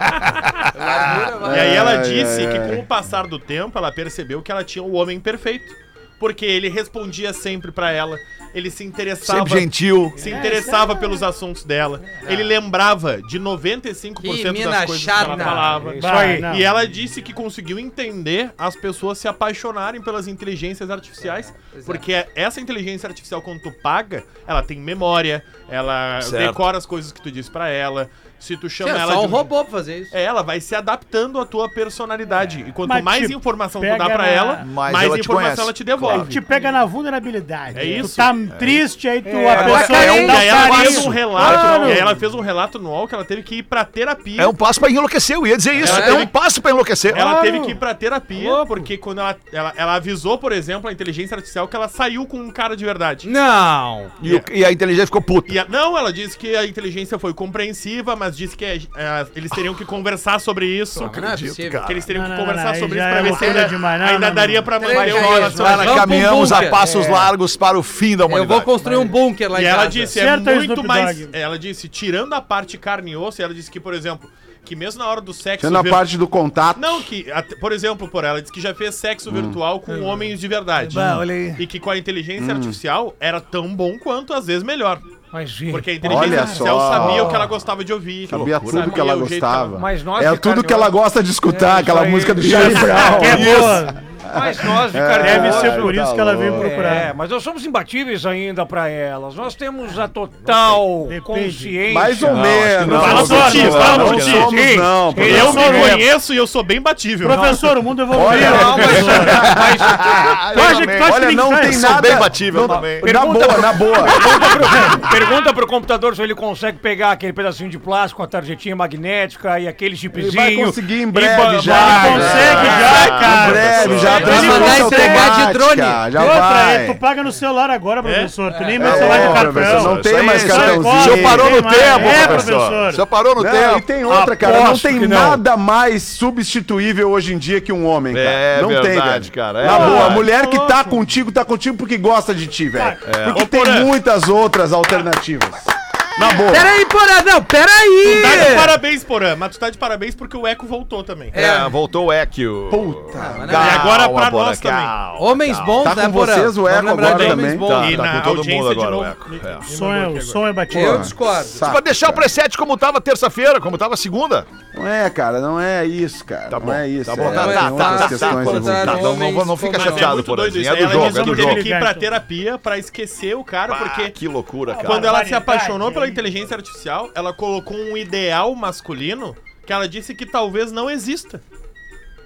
E: largura,
G: E
E: vai.
G: aí ela
C: Ai,
G: disse
C: ai,
G: que
C: ai.
G: com o passar do tempo ela percebeu que ela tinha o homem perfeito. Porque ele respondia sempre pra ela, ele se interessava,
B: Sempre gentil.
H: É,
G: se interessava pelos assuntos dela, ele lembrava de 95%
E: Que
G: das
E: mina
G: coisas que
E: chata.
G: ela
I: Ah, É
G: falava.
H: É, Isso aí.
I: né?
G: E ela disse que conseguiu entender as pessoas se apaixonarem pelas inteligências artificiais,
E: exato.
G: porque essa inteligência artificial quando tu paga, ela tem memória, ela
B: Certo.
G: decora as coisas que tu diz pra ela. Se tu chama
E: Sim, é
G: ela
E: só um
G: de-
E: robô pra fazer isso.
G: é, ela vai se adaptando à tua personalidade. E quanto
H: É. Mas
G: mais
H: te
G: informação tu
H: pega
G: dá pra
H: na-
G: ela,
B: Mais
G: mais,
B: ela te
G: informação
B: conhece,
G: ela te
H: Ele
G: devolve.
H: te pega na vulnerabilidade.
G: É
H: Tu
G: isso.
H: tá triste, aí tu a
B: Agora,
H: pessoa
B: é um-
H: não dá
G: E aí ela
H: carinho.
G: fez um relato,
H: Claro.
G: e aí ela fez um relato no UOL que ela teve que ir pra terapia.
B: É um passo pra enlouquecer, eu ia dizer isso.
G: Ela
B: É,
G: tem-
B: um passo pra enlouquecer.
E: É.
G: Ela
H: Claro.
G: teve que ir pra terapia, porque quando ela, ela, ela avisou, por exemplo, a inteligência artificial que ela saiu com um cara de verdade.
E: Não.
B: E, o- e a inteligência ficou puta.
G: E a- não, ela disse que a inteligência foi compreensiva, mas disse que é, é, eles teriam que conversar sobre isso.
E: Não é possível.
B: cara.
G: Que eles teriam
H: Não,
G: que
H: não,
G: conversar
H: não, aí
G: sobre
H: já
G: isso
H: é
G: pra ver se
H: loucura
G: ainda,
H: demais. Não,
G: ainda
H: não,
G: daria
H: não.
G: pra
E: Três
G: manter o
E: dias, vai lá.
G: relacionamento.
E: Vamos pro
B: Caminhamos a
E: bunker.
B: passos largos para o fim da
E: Eu vou
B: humanidade.
E: construir um bunker lá
G: E
E: em
G: ela
E: casa.
G: disse, é
H: Certo,
G: muito
H: Snoop
G: mais.
H: Dogg.
G: Ela disse, tirando a parte carne e osso, ela disse que, por exemplo, que mesmo na hora do sexo.
C: Tendo a
G: vir-
C: parte do contato.
G: Não, que, até- por exemplo, por ela disse que já fez sexo virtual com homens de verdade.
I: Bah, olha aí.
G: E que com a inteligência artificial era tão bom quanto, às vezes, melhor.
I: Imagina.
G: Porque a inteligência
C: Olha
G: artificial
C: só.
G: sabia o que ela gostava de ouvir.
C: Sabia tudo que ela
G: o jeito
C: gostava.
I: Mas nós
C: é
I: de
C: tudo
I: carne
C: que ela
I: e osso-
C: gosta de escutar,
I: É,
C: aquela
I: isso aí.
C: música do Charlie Brown.
H: Que é boa.
I: Mas nós de
E: É,
I: carne e
H: Deve
I: osso-
H: ser por
C: tá
H: isso que ela veio
C: louco.
I: É,
H: procurar.
I: mas nós somos imbatíveis ainda pra elas. Nós temos a total
H: Depende.
I: consciência.
C: Mais ou menos.
B: não.
G: Fala
C: Não
G: pro tio,
C: somos,
G: fala
C: não
G: pro tio.
C: somos,
H: Ei,
C: não,
H: ei,
G: Eu
C: professor.
G: não conheço e eu sou bem batível.
H: Professor, o mundo é evoluiu.
C: Olha,
H: Não,
C: mas-
H: professor.
B: Ah, eu
H: Olha,
B: também.
H: tu acha
B: Olha,
H: que
B: não
H: ninguém
B: tem
H: faz?
B: nada.
C: Sou bem
B: batível também.
C: Na boa, na boa.
I: Pergunta pro computador se ele consegue pegar aquele pedacinho de plástico, a tarjetinha magnética e aquele chipzinho.
C: Ele vai conseguir em
I: ba-
C: breve já.
H: Ele consegue já,
C: Em
H: cara.
C: breve já.
H: Ele
C: transmissão
E: vai entregar de
C: automática,
E: drone.
C: Já
H: Outra, é,
C: vai.
H: tu paga no celular agora,
E: É?
H: professor. Tu
B: Tá
H: nem mais
C: É,
H: celular de
C: professor,
H: cartão.
C: não tem
B: Isso
C: mais
B: aí,
C: cartãozinho.
B: O senhor parou no
H: Tem mais.
B: tempo,
H: É,
B: professor.
H: professor.
B: O senhor parou no
C: Não,
B: tempo.
C: e tem outra, cara. Não
I: Aposto
C: tem
I: que não.
C: nada mais substituível hoje em dia que um homem, cara.
B: É
C: não
B: verdade, cara, é
C: Na boa, a
B: verdade.
C: mulher que tá contigo, tá contigo porque gosta de ti, velho. Porque tem
G: Ô, Porã.
C: muitas outras alternativas. Na boa.
E: Peraí, porra, não, peraí!
G: Tá de parabéns, Porã, mas tu tá de parabéns porque o Eco voltou também.
B: É, voltou o Equio.
C: Puta.
E: Mas não,
G: E agora pra
B: Bora,
G: nós também.
E: Homens bons,
C: Tá
E: né,
C: com
E: Porã?
C: vocês o
E: Vamos
C: Eco
E: lembrar
C: agora
E: de homens
C: também?
E: bons.
B: Tá,
G: E
B: tá
G: na
B: com todo mundo
G: audiência de
B: agora o
G: novo.
B: Eco. É.
H: O som é, o som é batido.
E: Eu discordo.
B: Você
C: Saco,
B: vai deixar o
C: cara.
B: preset como tava terça-feira, como tava segunda?
C: Não é, cara, não é isso, cara.
B: Tá
C: não
B: bom,
C: é isso.
B: tá bom,
C: é,
B: tá,
C: tem
B: tá,
C: outras
B: tá,
C: questões
B: tá,
C: envolvidas.
B: tá,
E: Não, não, não, não fica
B: Mas
E: chateado.
B: chateado, porém, é do jogo, é do
G: teve
B: jogo.
G: que ir pra terapia pra esquecer o cara,
B: Ah,
G: porque
B: que loucura, cara.
G: quando ela se
H: barbaridade,
G: apaixonou pela
H: aí.
G: inteligência artificial, ela colocou um ideal masculino que ela disse que talvez não exista.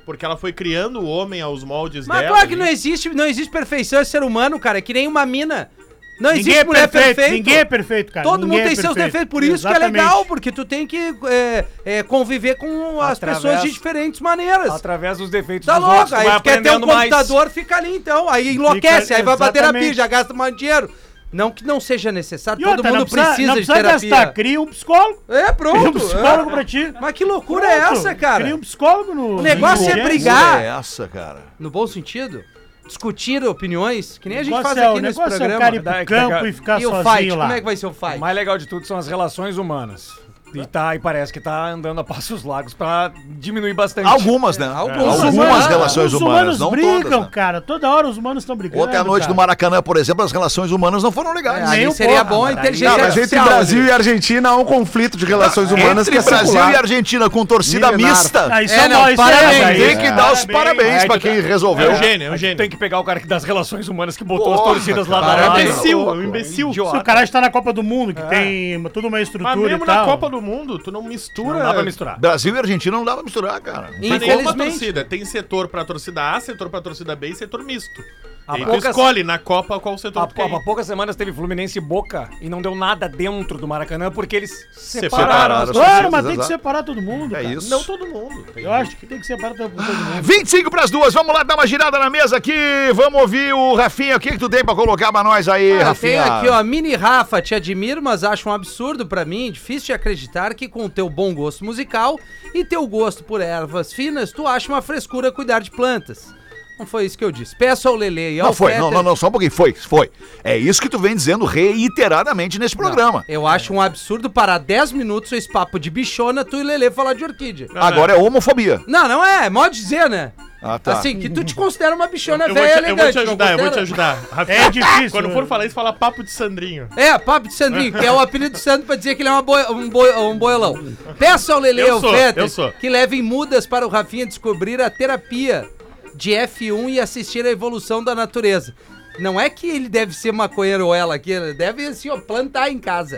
G: Porque ela foi criando o homem aos moldes
E: Mas
G: dela. né? É
E: claro que
G: ali.
E: não existe, não existe perfeição em ser humano, cara. É que nem uma mina. Não
H: Ninguém
E: existe
H: é
E: mulher
H: perfeito,
E: perfeita.
H: ninguém é perfeito, cara.
E: Todo
H: Ninguém
E: mundo
H: é
E: tem seus
H: perfeito.
E: defeitos, por isso que é
H: Exatamente.
E: legal, porque tu tem que é, é, conviver com as
I: Através-
E: pessoas de diferentes maneiras.
I: Através dos defeitos
E: Tá
I: dos
E: louco,
I: outros, tu
E: aí
I: vai
E: tu quer ter um
I: aprendendo mais.
E: computador, fica ali então. Aí enlouquece, aí vai pra
H: exatamente.
E: terapia, já gasta mais dinheiro. Não que não seja necessário,
H: E
E: todo
H: outra,
E: mundo
H: não precisa,
E: precisa,
H: não
E: de
H: precisa
E: terapia.
H: gastar, cria um psicólogo.
E: É,
H: Cria um
E: pronto.
H: psicólogo
E: é.
H: pra ti.
E: Mas que loucura é
H: Pronto,
E: essa, cara?
H: Cria um psicólogo no...
E: O negócio
H: no
E: é
H: Jets.
E: brigar.
B: é essa, cara?
E: no bom sentido, discutir opiniões, que nem a gente
H: O
E: faz
H: negócio é-
E: aqui
H: o
E: nesse
H: negócio
E: programa.
H: É o cara ir pro
I: Daqui a
H: campo
I: pouco-
H: e ficar
E: e o
H: sozinho
E: fight,
H: lá.
E: como é que vai ser o fight?
I: O mais legal de tudo são as relações humanas. E, tá, e parece que tá andando a passos largos pra diminuir bastante.
B: Algumas, né?
E: Algumas.
B: Algumas
E: Os humanos-
B: relações
H: os
B: humanas,
H: humanos
B: não
H: brigam,
B: todas. né?
H: cara. Toda hora os humanos estão brigando.
B: Ontem à noite
H: cara.
B: no Maracanã, por exemplo, as relações humanas não foram
E: É,
B: legais.
E: aí
H: Nem o
E: seria
H: porra,
E: bom a
H: mas aí-
E: inteligência
C: Não, mas entre
E: artificial,
C: Brasil
E: né?
C: e Argentina há um conflito de relações humanas
B: Entre
C: que é
B: Brasil
C: circular.
B: e Argentina com torcida
C: Milenar.
B: mista.
H: Aí só
E: É, não,
H: nós, Ah, isso aí
E: parabéns,
H: daí.
B: Tem que dar os parabéns
I: É,
B: pra
H: tipo,
I: que
B: quem
G: É
B: resolveu.
G: o gênio,
I: um
G: é o gênio.
I: Tem que pegar o cara que das relações humanas que botou as
B: Porra,
I: torcidas lá
B: cara,
I: da
G: É um
B: Ah,
G: imbecil, é um imbecil.
H: Se o cara está na Copa do Mundo, que tem uma- toda uma estrutura
G: Mas mesmo
H: e
G: na
H: tal.
G: Copa do Mundo, tu não mistura.
I: Não dá pra misturar.
B: Brasil e Argentina não dá pra misturar, cara.
G: Pra nenhuma
E: Infelizmente.
G: torcida. Tem setor pra torcida A, setor pra torcida B e setor misto.
I: Há
G: e aí tu
I: poucas-
G: escolhe na Copa qual setor
I: Há,
G: tu quer ir.
I: pou- há poucas semanas teve Fluminense e Boca e não deu nada dentro do Maracanã porque eles
B: separaram
I: separaram.
B: as
I: as
H: Claro,
B: torcidas,
H: mas tem que
B: exato.
H: separar todo mundo,
B: É
H: cara.
B: isso.
G: Não todo mundo. Tem
H: Eu acho que tem que separar todo todo mundo.
B: 25 pras duas, vamos lá dar uma girada na mesa aqui. Vamos ouvir o Rafinha. O que, que tu tem pra colocar pra nós aí,
E: Ah, eu
B: Rafinha?
E: tenho aqui, ó, mini Rafa, te admiro, mas acho um absurdo pra mim, difícil de acreditar que com teu bom gosto musical e teu gosto por ervas finas, tu acha uma frescura cuidar de plantas. Não foi isso que eu disse. Peço ao Lele e ao
B: Não foi,
E: Peter-
B: não, não, não, só um pouquinho. Foi, foi. É isso que tu vem dizendo reiteradamente nesse programa.
E: Eu acho um absurdo parar 10 minutos esse papo de bichona, tu e Lele falar de orquídea.
B: Agora é homofobia.
E: Não, não é, é modo de dizer, né?
B: Ah, tá.
E: Assim, que tu te considera uma bichona
G: eu, vou
E: velha
G: te, eu
E: elegante.
G: vou te
E: não
G: ajudar, eu vou te
E: considera?
G: ajudar. Ah, Rafinha.
H: É difícil,
G: Quando
H: né?
G: for falar isso, fala papo de Sandrinho.
E: É, papo de Sandrinho, que é o apelido do Sandro pra dizer que ele é uma boi- um, boi- um boiolão. Peça ao Lele
G: Eu
E: ao
G: sou,
E: Fetter
G: eu sou.
E: que levem mudas para o Rafinha descobrir a terapia de F1 e assistir a evolução da natureza. Não é que ele deve ser maconheiro ou ela aqui, ele deve assim, ó, plantar em casa.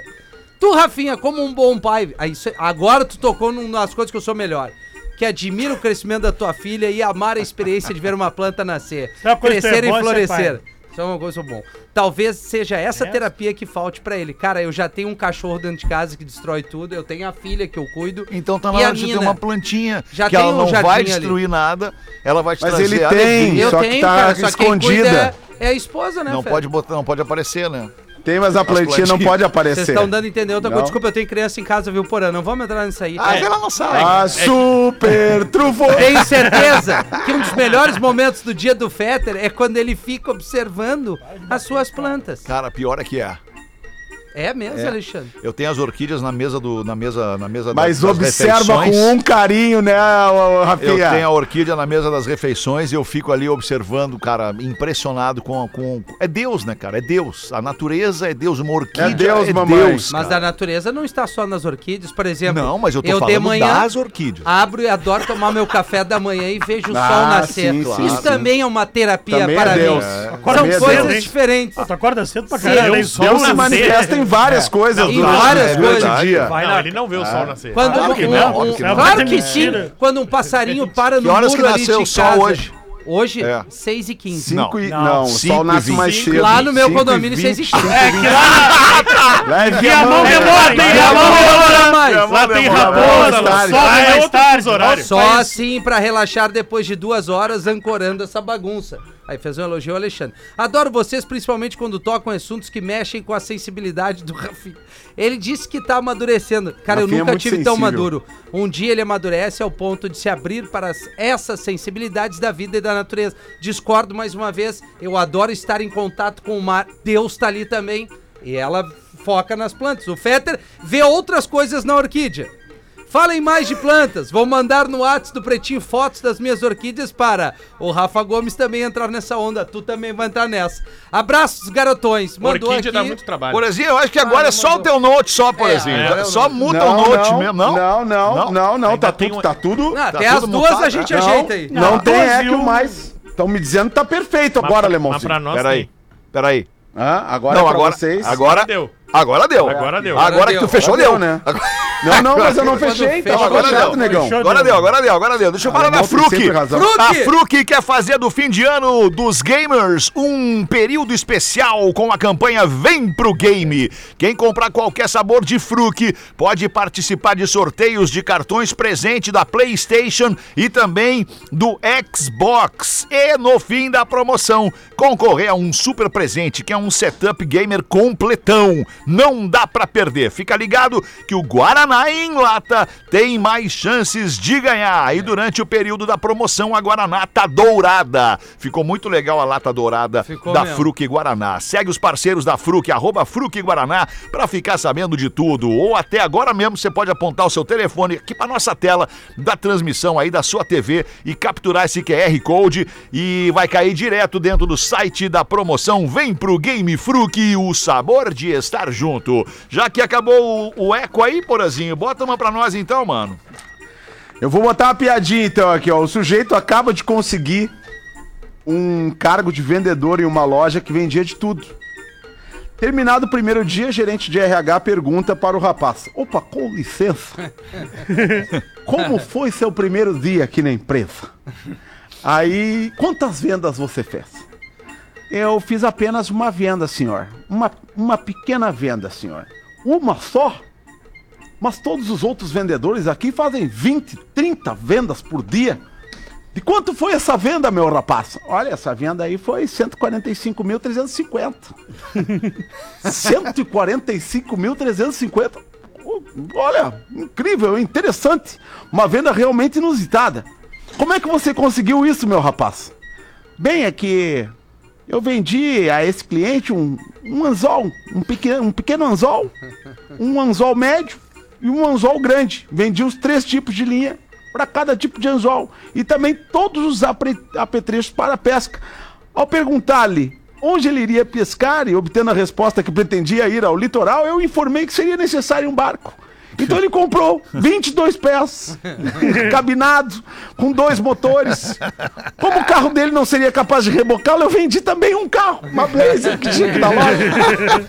E: Tu, Rafinha, como um bom pai, ah, isso- agora tu tocou num- nas coisas que eu sou melhor. Que admira o crescimento da tua filha e amar a experiência de ver uma planta nascer,
H: Sabe uma coisa que tu é
E: crescer e
H: bom, você é pai.
E: florescer. Isso é uma coisa bom. Talvez seja essa terapia que falte pra ele. Cara, eu já tenho um cachorro dentro de casa que destrói tudo, eu tenho a filha que eu cuido.
B: Então tá na
E: E a
B: hora de ter
E: mina?
B: uma plantinha
E: Já
B: que ela
E: tem um
B: não vai
E: jardim ali.
B: destruir nada, ela vai te
C: Mas
B: trazer
C: ele
B: alegria.
C: tem. Só que tá
E: quem
C: escondida.
E: cuida É, é a esposa, né,
B: Não
E: Fer?
B: pode botar, não pode aparecer, né?
C: Tem, mas a plantinha não
B: plantinhas.
C: pode
E: Vocês
C: aparecer.
E: estão dando a entender outra coisa.
C: Não.
E: Desculpa, eu tenho criança em casa, viu, Porã? Não vamos entrar nisso aí. É.
B: Ah, ela não sabe.
C: A super trufo.
E: Tenho certeza que um dos melhores momentos do dia do Fetter é quando ele fica observando as suas plantas.
B: Cara, pior é que é.
E: É mesmo, Alexandre?
B: Eu tenho as orquídeas na mesa do na mesa na mesa da-
C: Mas
B: das
C: observa
B: refeições.
C: com um é. carinho, né, ô, ô,
B: Eu
C: Rafinha?
B: tenho a orquídea na mesa das refeições e eu fico ali observando, cara, impressionado com. com... É Deus, né, cara? É Deus. A natureza é Deus. Uma orquídea é
C: É Deus,
B: Deus,
C: mamãe.
E: Mas
B: cara.
E: a natureza não está só nas orquídeas, por exemplo.
B: Não, mas eu tô falando
E: de manhã
B: das orquídeas.
E: abro e adoro tomar meu café da manhã e vejo o
C: Ah,
E: sol nascer.
C: sim, claro,
E: Isso
C: sim.
E: também é uma terapia
C: Também
E: para
C: é Deus.
E: mim.
H: Acorda Ah,
E: São
C: Também é
E: coisas
C: Deus.
E: diferentes.
H: Tu acorda cedo pra
E: Sim.
H: caralho.
C: Deus, Deus se manifesta um em várias coisas
E: Em
C: durante
E: várias
C: durante o
E: coisas.
C: dia.
G: Vai não, ele não vê
H: Ah.
G: o sol nascer.
E: Quando
H: Claro
E: um-
H: que
E: um-
H: não,
E: um-
H: claro que não.
E: Claro que sim.
H: Mentira.
E: Quando um passarinho para no
B: Que horas que
E: muro ali
B: nasceu
E: de
B: o sol
E: casa.
B: hoje?
E: Hoje,
B: É.
E: 6h15.
C: Cinco e...
H: Não.
C: Não, o
B: Cinco
C: sol
B: e
C: nasce mais
G: vinte.
C: cedo.
E: Lá no meu
C: Cinco e
E: condomínio
C: vinte.
E: vocês existem.
C: Leve
H: E a mão demora, hein?
C: Leve
H: E a mão
E: demora mais.
G: Lá tem
C: raposa, lá
G: raposa, lá
C: tarde.
G: sobe
H: Ah, é
G: mais
H: outro
G: tarde, horário.
H: horário.
E: Só assim pra relaxar depois de duas horas ancorando essa bagunça. Aí fez um elogio ao Alexandre. Adoro vocês, principalmente quando tocam assuntos que mexem com a sensibilidade do Rafinha. Ele disse que tá amadurecendo. Cara,
C: Rafinha é
E: eu nunca
C: muito
E: tive tão
C: sensível.
E: maduro. Um dia ele amadurece ao ponto de se abrir para as- essas sensibilidades da vida e da natureza. Discordo mais uma vez. Eu adoro estar em contato com o mar. Deus tá ali também. E ela foca nas plantas. O Fetter vê outras coisas na orquídea. Falem mais de plantas. Vou mandar no WhatsApp do Pretinho fotos das minhas orquídeas para o Rafa Gomes também entrar nessa onda. Tu também vai entrar nessa. Abraços, garotões. Mandou
G: Orquídea
E: aqui.
C: tá
G: dá muito trabalho.
B: Porazinho, eu acho que agora é só o teu note, só, Porazinho.
E: Ah, é, é o
B: só
E: note.
B: muda o note mesmo, não?
C: Não, não, não, não.
G: Ainda
C: tá,
G: tem
C: tudo,
G: um-
C: tá tudo.
E: Ah,
C: tá
E: até as
C: tudo
E: duas
C: montado,
E: a gente
C: né?
E: ajeita aí.
C: Não, não
H: Ah,
C: tem
H: duas
C: é
H: e
C: que
H: um.
C: mais. Estão me dizendo que tá perfeito
G: Mas
C: agora,
G: pra-
C: Lemonzinho.
G: mas pra nós
B: Peraí,
G: tem.
B: peraí.
C: Hã? Agora
B: não,
C: é pra
B: agora,
C: vocês.
B: agora
G: Deu.
B: Agora deu.
G: Agora deu.
B: Agora,
E: Agora
B: que
E: deu.
B: tu fechou,
C: Agora
B: deu.
C: deu, né?
B: Agora-
C: Não, não, mas eu não
E: Quando
C: fechei.
E: fecha,
C: Tava
B: agora
C: fechado,
B: deu.
C: negão.
H: Fechou.
B: Agora deu, agora deu, agora deu. Deixa eu falar
C: Não,
B: da
C: tem
B: Fruc.
C: sempre razão.
E: Fruc.
B: A Fruc quer fazer do fim de ano dos gamers um período especial com a campanha Vem Pro Game. Quem comprar qualquer sabor de Fruc pode participar de sorteios de cartões presente da PlayStation e também do Xbox. E no fim da promoção, concorrer a um super presente que é um setup gamer completão. Não dá pra perder. Fica ligado que o Guaraná em lata tem mais chances de ganhar. E durante o período da promoção, a Guaraná tá dourada. Ficou muito legal a lata dourada
E: Ficou
B: da
E: mesmo.
B: Fruc Guaraná. Segue os parceiros da Fruc, arroba Fruc Guaraná, pra ficar sabendo de tudo. Ou até agora mesmo você pode apontar o seu telefone aqui pra nossa tela da transmissão aí da sua TV e capturar esse QR Code e vai cair direto dentro do site da promoção. Vem pro Game Fruc, o sabor de estar junto. Já que acabou o, o eco aí, Porazinho, bota uma pra nós então, mano.
C: Eu vou botar uma piadinha então aqui, ó. O sujeito acaba de conseguir um cargo de vendedor em uma loja que vendia de tudo. Terminado o primeiro dia, o gerente de RH pergunta para o rapaz: Opa, com licença. Como foi seu primeiro dia aqui na empresa? Aí, quantas vendas você fez? Eu fiz apenas uma venda, senhor. Uma, uma pequena venda, senhor. Uma só? Mas todos os outros vendedores aqui fazem 20, 30 vendas por dia. De quanto foi essa venda, meu rapaz? Olha, essa venda aí foi 145.350. 145.350. O- Olha, incrível, interessante. Uma venda realmente inusitada. Como é que você conseguiu isso, meu rapaz? Bem, é que eu vendi a esse cliente um, um anzol, um pequeno, um pequeno anzol, um anzol médio e um anzol grande. Vendi os três tipos de linha para cada tipo de anzol e também todos os apre- apetrechos para a pesca. Ao perguntar-lhe onde ele iria pescar e obtendo a resposta que pretendia ir ao litoral, eu informei que seria necessário um barco. Então ele comprou 22 pés, cabinado, com dois motores. Como o carro dele não seria capaz de rebocá-lo, eu vendi também um carro, uma Blazer que tinha que dar loja.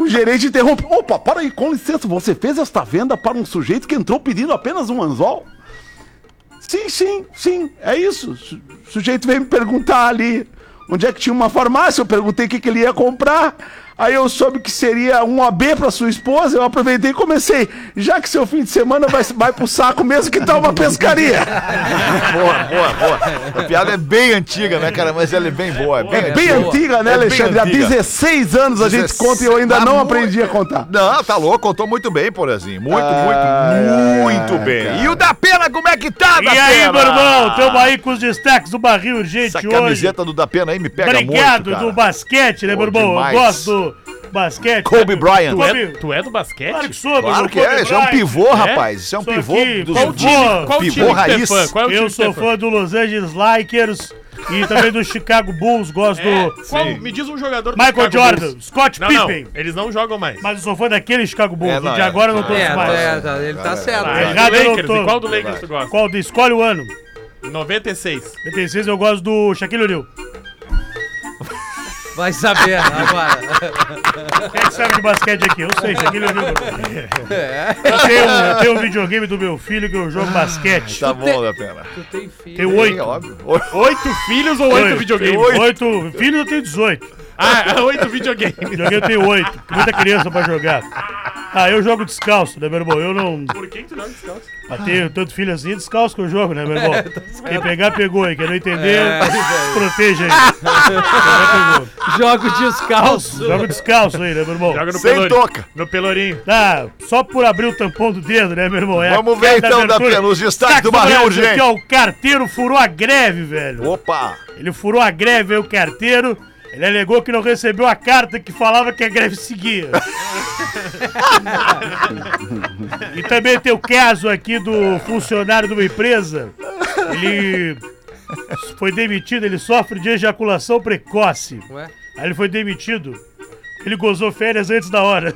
C: O gerente interrompe. Opa, para aí, com licença, você fez esta venda para um sujeito que entrou pedindo apenas um anzol? Sim, sim, sim, é isso. Su- O sujeito veio me perguntar ali onde é que tinha uma farmácia. Eu perguntei o que, que ele ia comprar. Aí eu soube que seria um AB para sua esposa. Eu aproveitei e comecei. Já que seu fim de semana vai, vai pro saco mesmo, que tal uma pescaria?
B: Boa, boa, boa. A piada é bem antiga, né, cara? Mas ela é bem boa. É bem,
E: É
C: Bem
E: boa.
C: antiga, né,
B: É bem
C: Alexandre?
B: antiga.
C: Há 16 anos a gente
B: Dezesse-
C: conta e eu ainda
B: Mas
C: não
B: mu-
C: aprendi a contar.
B: Não, tá louco, contou muito bem, Porazinho. Muito,
C: Ai,
B: muito, muito
C: ai,
B: bem.
C: cara.
B: E o da pena, como é que tá,
H: E
B: da
H: aí,
B: Pena?
H: meu irmão, estamos aí com os destaques do barril urgente
B: Essa
H: hoje.
B: camiseta do da pena aí me pega
H: Obrigado
B: muito, cara.
H: do basquete, né,
B: Pô,
H: meu irmão?
B: demais.
H: Eu gosto do basquete. né?
B: Kobe Bryant.
G: Tu
H: Kobe-
G: é, tu é do basquete?
H: Claro que sou, meu
B: Claro
H: irmão,
B: que
H: Kobe
B: é, isso é um
H: Bryant.
B: pivô, rapaz. Isso é um
H: Isso
B: pivô
H: aqui,
B: dos
H: qual
B: pivô,
H: time? Qual
G: time
B: pivô
G: que tu é
B: raiz.
G: fã? Qual é o time
H: Eu
G: que tu é
H: sou fã do Los Angeles Lakers e também do Chicago Bulls, gosto
G: É,
H: do
G: qual, me diz um jogador do
H: Michael
G: Chicago
H: Jordan,
G: Bulls.
H: Scott
G: Não, não,
H: Pippen.
G: eles não jogam mais.
H: Mas eu sou fã daquele Chicago Bulls,
B: É,
H: o
B: não,
H: de
B: é.
H: agora eu não tô
E: É,
H: mais.
E: é, tá, ele tá certo.
G: Ah, e
H: errado
G: do
H: eu não
G: Lakers,
H: tô.
G: e qual do Lakers tu gosta?
H: Qual de escolhe o ano?
G: 96.
H: 86 eu gosto do Shaquille O'Neal.
E: Vai saber agora.
H: Quem é que sabe de basquete aqui? Eu sei, Shaquille O'Neal.
G: É.
H: Eu tenho, um- eu tenho um videogame do meu filho que eu jogo basquete.
B: Tá bom, da pena.
E: tu tem filho.
H: Tenho oito.
B: É óbvio.
G: Oito filhos ou
H: Oito.
G: oito videogames?
H: Oito. Oito. Filhos eu tenho 18.
G: Ah, oito videogames.
H: Videogame eu tenho oito. porque Muita criança pra jogar. Ah, eu jogo descalço, né, meu irmão? Eu não.
G: Por que que tu não descalça?
H: Mas tenho tanto filho assim, descalço que eu jogo, né, meu irmão? Quem pegar, pegou aí. Quem não entendeu, proteja aí.
E: Jogo descalço.
H: Jogo descalço aí, né, meu irmão?
G: Joga no
B: Sem
G: Pelourinho.
B: toca.
G: No Pelourinho.
H: Ah, só por abrir o tampão do dedo, né, meu irmão? É a
B: Vamos ver
H: queda
B: então, da
H: abertura.
B: pena, os destaques
H: Destaque
B: do barril
H: Brasil
B: urgente.
H: aqui, ó, o carteiro furou a greve, velho.
B: Opa!
H: Ele furou a greve, aí o carteiro. Ele alegou que não recebeu a carta que falava que a greve seguia. e também tem o caso aqui do funcionário de uma empresa. Ele foi demitido, ele sofre de ejaculação precoce.
E: Ué?
H: Aí ele foi demitido. Ele gozou férias antes da hora.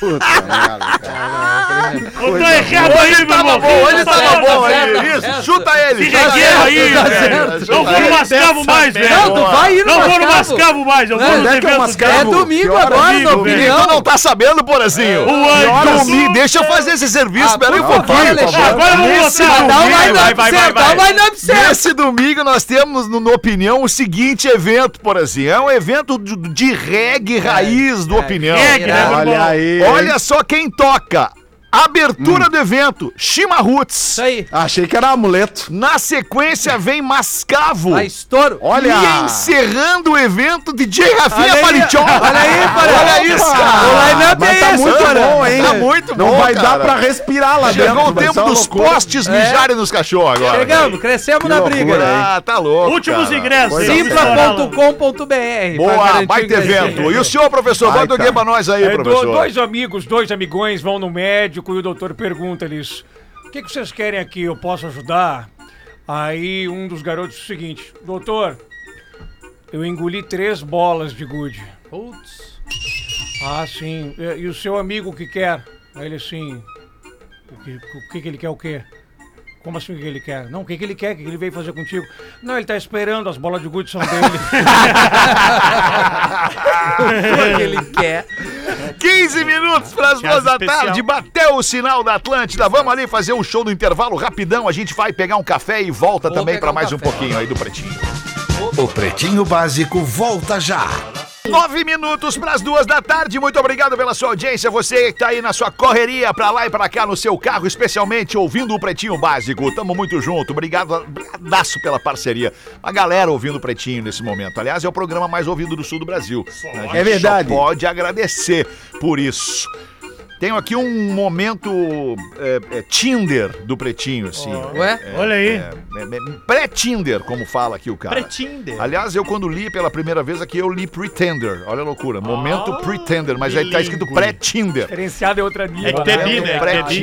C: Puta merda, cara.
H: Não tá errado aí, meu irmão.
B: ele
E: tá
B: tava
E: certo,
B: bom
E: tá
B: aí.
E: certo, tá
B: Isso, chuta ele.
H: Se
B: chuta
H: regueiro
B: ele.
H: aí,
E: tá
H: velho.
E: certo.
H: Não vou no mascavo mais, velho.
E: Não, tu vai ir no
H: Não vou no
E: mascavo.
H: mascavo mais, eu vou
E: Não,
H: nos
E: não
C: é que é o
H: eventos
C: mascavo.
E: É
H: dela.
C: Que
E: domingo
C: hora,
E: agora,
H: amigo,
E: na opinião.
B: Tu não tá sabendo, Porazinho.
H: É. O
B: Me
H: Anderson.
B: deixa eu fazer esse serviço, peraí um
E: Ah, por favor,
B: pouquinho.
E: Alexandre.
H: Agora eu vou
E: Nesse
H: botar o
E: Dá um
H: vídeo,
E: line-up
H: vai, vai,
E: certo,
H: vai,
E: dá um
H: vai.
E: line-up certo.
B: Nesse domingo nós temos, no, no Opinião, o seguinte evento, Porazinho. É um evento de, de reggae raiz do Opinião.
H: Reggae, né, meu
C: Olha
H: irmão?
C: aí.
B: Olha só quem toca. Abertura do evento, Shima Roots.
E: Isso aí.
C: Achei que era amuleto.
B: Na sequência vem Mascavo.
E: Vai, estouro.
C: Olha.
B: E encerrando o evento, DJ Rafinha Parichon. Olha aí, Olha né? isso,
E: O
B: cara.
E: line-up
C: Mas
E: é
C: tá
E: esse,
C: muito
E: cara.
C: bom, hein?
B: Tá muito
C: Não
B: bom,
C: vai
B: cara.
C: dar pra respirar lá dentro.
B: Chegou o
C: vai
B: tempo
C: ser uma
B: dos
C: loucura.
B: postes mijarem nos cachorros agora.
E: Chegamos, crescemos na
C: loucura,
E: briga.
C: hein? assim, né?
B: Ah, tá louco.
H: Últimos
B: cara.
H: ingressos.
C: Coisa
H: hein?
C: boa.
E: Simpla.com.br.
B: Boa, baita evento. E o senhor, professor,
C: Baita.
B: manda alguém pra nós aí,
J: É, do-
B: professor.
J: dois amigos, dois amigões vão no médico e o doutor pergunta eles: O que, que vocês querem aqui? Eu posso ajudar? Aí um dos garotos diz o seguinte: Doutor, eu engoli três bolas de gude.
E: Putz.
J: Ah, sim. E, e o seu amigo o que quer? Aí ele assim: O que, o que, que ele quer o quê? Como assim o que que ele quer? Não, o que, que ele quer? O que, que ele veio fazer contigo? Não, ele tá esperando, as bolas de gude são dele.
E: Foi o que ele quer.
B: 15 minutos para as duas da
G: especial.
B: tarde, bateu o sinal da Atlântida. Vamos ali fazer um show no intervalo rapidão. A gente vai pegar um café e volta
E: Vou
B: também
E: pegar
B: para
E: um
B: mais um
E: café.
B: pouquinho aí do Pretinho.
K: O Pretinho Básico volta já.
B: Nove minutos para as duas da tarde. Muito obrigado pela sua audiência. Você que está aí na sua correria para lá e para cá no seu carro, especialmente ouvindo o Pretinho Básico. Tamo muito junto. Obrigado, obrigadaço pela parceria. A galera ouvindo o Pretinho nesse momento. Aliás, é o programa mais ouvido do sul do Brasil. A gente
C: É verdade.
B: Só pode agradecer por isso. Tenho aqui um momento é, é, Tinder do Pretinho, assim.
E: Ué?
H: Olha aí.
B: É, é, é, Pré-Tinder, como fala aqui o
G: Ah,
B: cara.
G: Pré-Tinder.
B: Aliás, eu quando li pela primeira vez aqui, eu li Pretender. Olha a loucura.
H: Ah,
B: Momento Pretender, mas aí tá escrito pré-Tinder.
J: Diferenciado é outra
G: É que
J: língua.
G: tem bi, né? É que tem bi.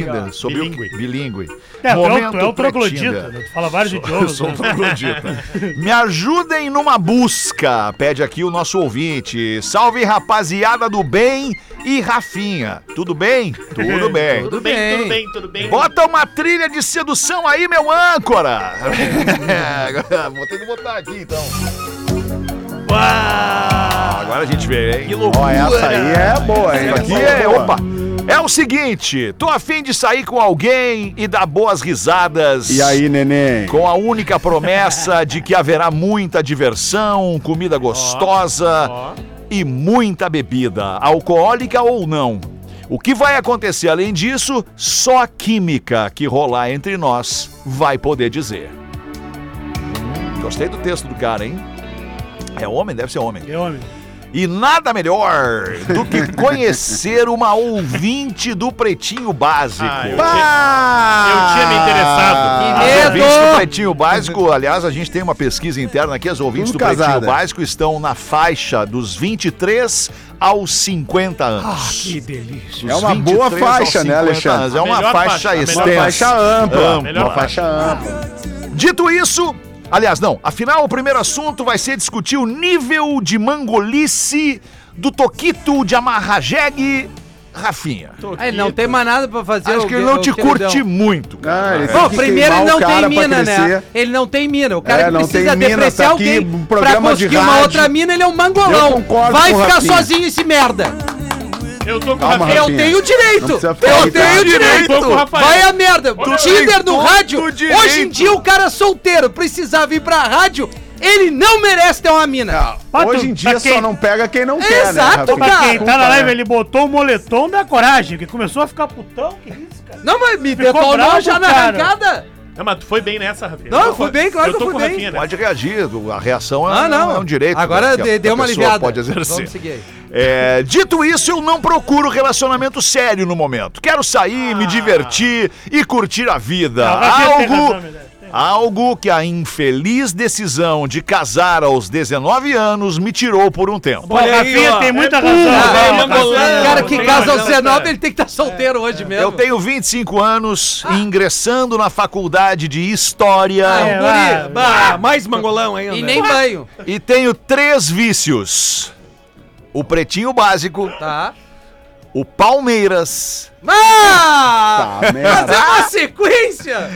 B: Pré-Tinder. Sobre
G: Bilingue.
B: O... Bilingue.
H: É, tu é, o- tu
B: Momento
H: é o troglodita,
B: pré-Tinder.
H: né? Tu fala vários
B: Eu
H: idiomas.
B: sou um
H: né?
B: troglodita. Me ajudem numa busca, pede aqui o nosso ouvinte. Salve rapaziada do bem e Rafinha. Tudo bem? Tudo bem.
E: Tudo
G: Tudo bem, tudo
E: bem.
G: bem, tudo bem.
B: Bota uma trilha de sedução aí, meu âncora! É, Vou ter que botar aqui então. Agora a gente vê, hein?
C: Ó, essa aí é boa, hein?
B: Isso aqui
C: Essa
B: é,
C: boa.
B: opa. É o seguinte, tô afim de sair com alguém e dar boas risadas.
C: E aí, neném?
B: Com a única promessa de que haverá muita diversão, comida gostosa
G: Ó.
B: e muita bebida, alcoólica ou não. O que vai acontecer além disso, só a química que rolar entre nós vai poder dizer. Gostei do texto do cara, hein? É homem? Deve ser homem.
H: É homem.
B: E nada melhor do que conhecer uma ouvinte do Pretinho Básico.
G: Ah, eu
B: Bah!
C: Ah!
G: tinha- eu tinha me interessado.
E: Que
B: As
E: medo!
B: ouvintes do Pretinho Básico, aliás, a gente tem uma pesquisa interna aqui, as ouvintes
C: Tudo
B: do Pretinho
C: casada.
B: Básico estão na faixa dos 23 aos 50 anos.
J: Que delícia.
B: Dos
C: Ah, É uma
B: 23
C: boa
B: aos
C: faixa, né,
B: 50
C: Alexandre?
B: anos. É uma
G: Melhor
B: faixa,
G: faixa, a melhor
B: extensa.
C: Uma faixa ampla.
G: melhor
C: Uma faixa ampla.
B: Dito isso, aliás, não, afinal o primeiro assunto vai ser discutir o nível de mangolice do Toquito de Amarrajegue Rafinha.
E: Aí não tem mais nada pra fazer.
B: Acho
E: o
B: que ele
E: que-
B: não
E: o
B: te
E: queridão.
B: curte muito,
C: Ah,
B: cara.
C: ele
E: Bom,
C: tem que
E: primeiro
C: queimar
E: ele
C: o
E: não tem
C: cara pra
E: mina, né?
C: crescer.
E: Ele não tem mina. O cara
C: É,
E: que
C: não
E: precisa
C: tem mina,
E: depreciar
C: tá aqui
E: alguém
C: um
E: pra
C: programa de
E: conseguir uma
C: rádio.
E: outra mina, ele é um
C: Eu
E: mangolão.
C: concordo
E: Vai
C: com o
E: ficar
C: Rafinha.
E: sozinho esse merda.
G: Eu tô com o
C: Calma,
G: Rafael.
C: Rafinha.
E: Eu tenho direito.
C: Não precisa
E: Eu
C: ficar
E: tenho
C: irritado.
E: direito.
G: Eu tô com o Rafael.
E: Vai a merda. Tinder no rádio.
B: direito.
E: Hoje em dia o cara é solteiro precisar vir pra rádio, ele não merece ter uma mina.
H: Mas tu-
C: Hoje em dia
H: pra quem-
C: só não pega quem não quer, né?
E: Exato,
C: Rafinha?
E: cara.
H: Pra quem tá na
C: Desculpa,
H: live,
C: né?
H: ele botou o moletom da coragem, que começou a ficar putão. Que isso, cara?
E: Não, mas me
H: Ficou
E: detonou
H: bravo,
E: já na
H: cara.
E: arrancada.
G: Não, mas tu foi bem nessa, Rafinha.
E: Não, eu fui bem, claro
G: eu
E: que eu
G: tô com
E: fui
G: o
E: bem.
G: Rafinha, né?
B: Pode reagir, a reação é,
E: Ah,
B: um-
E: não.
B: é um direito.
E: Agora
B: né, que a-
E: de-
B: que
E: deu
B: a
E: uma
B: pessoa
E: aliviada.
B: Pode
E: Vamos
B: exercer.
E: seguir aí.
B: É, dito isso, eu não procuro relacionamento sério no momento. Quero sair, me divertir e curtir a vida.
H: Ah, vai ter
B: Algo
H: razão, Medeiros.
B: Algo que a infeliz decisão de casar aos 19 anos me tirou por um tempo.
H: Olha o Rafinha tem muita razão.
E: Ah,
H: velho,
E: o cara que
H: tá tem
E: casa aos
H: razão,
E: 19, ele tem que estar solteiro hoje
B: Eu
E: mesmo.
B: tenho 25 anos
H: Ah.
B: e ingressando na faculdade de História
E: Ah, é,
H: vai,
E: guri.
I: Bah, mais mangolão ainda.
E: E nem banho.
B: e tenho três vícios. O pretinho básico,
E: Tá.
B: o Palmeiras
E: Mas
C: Tá, merda.
E: é uma sequência!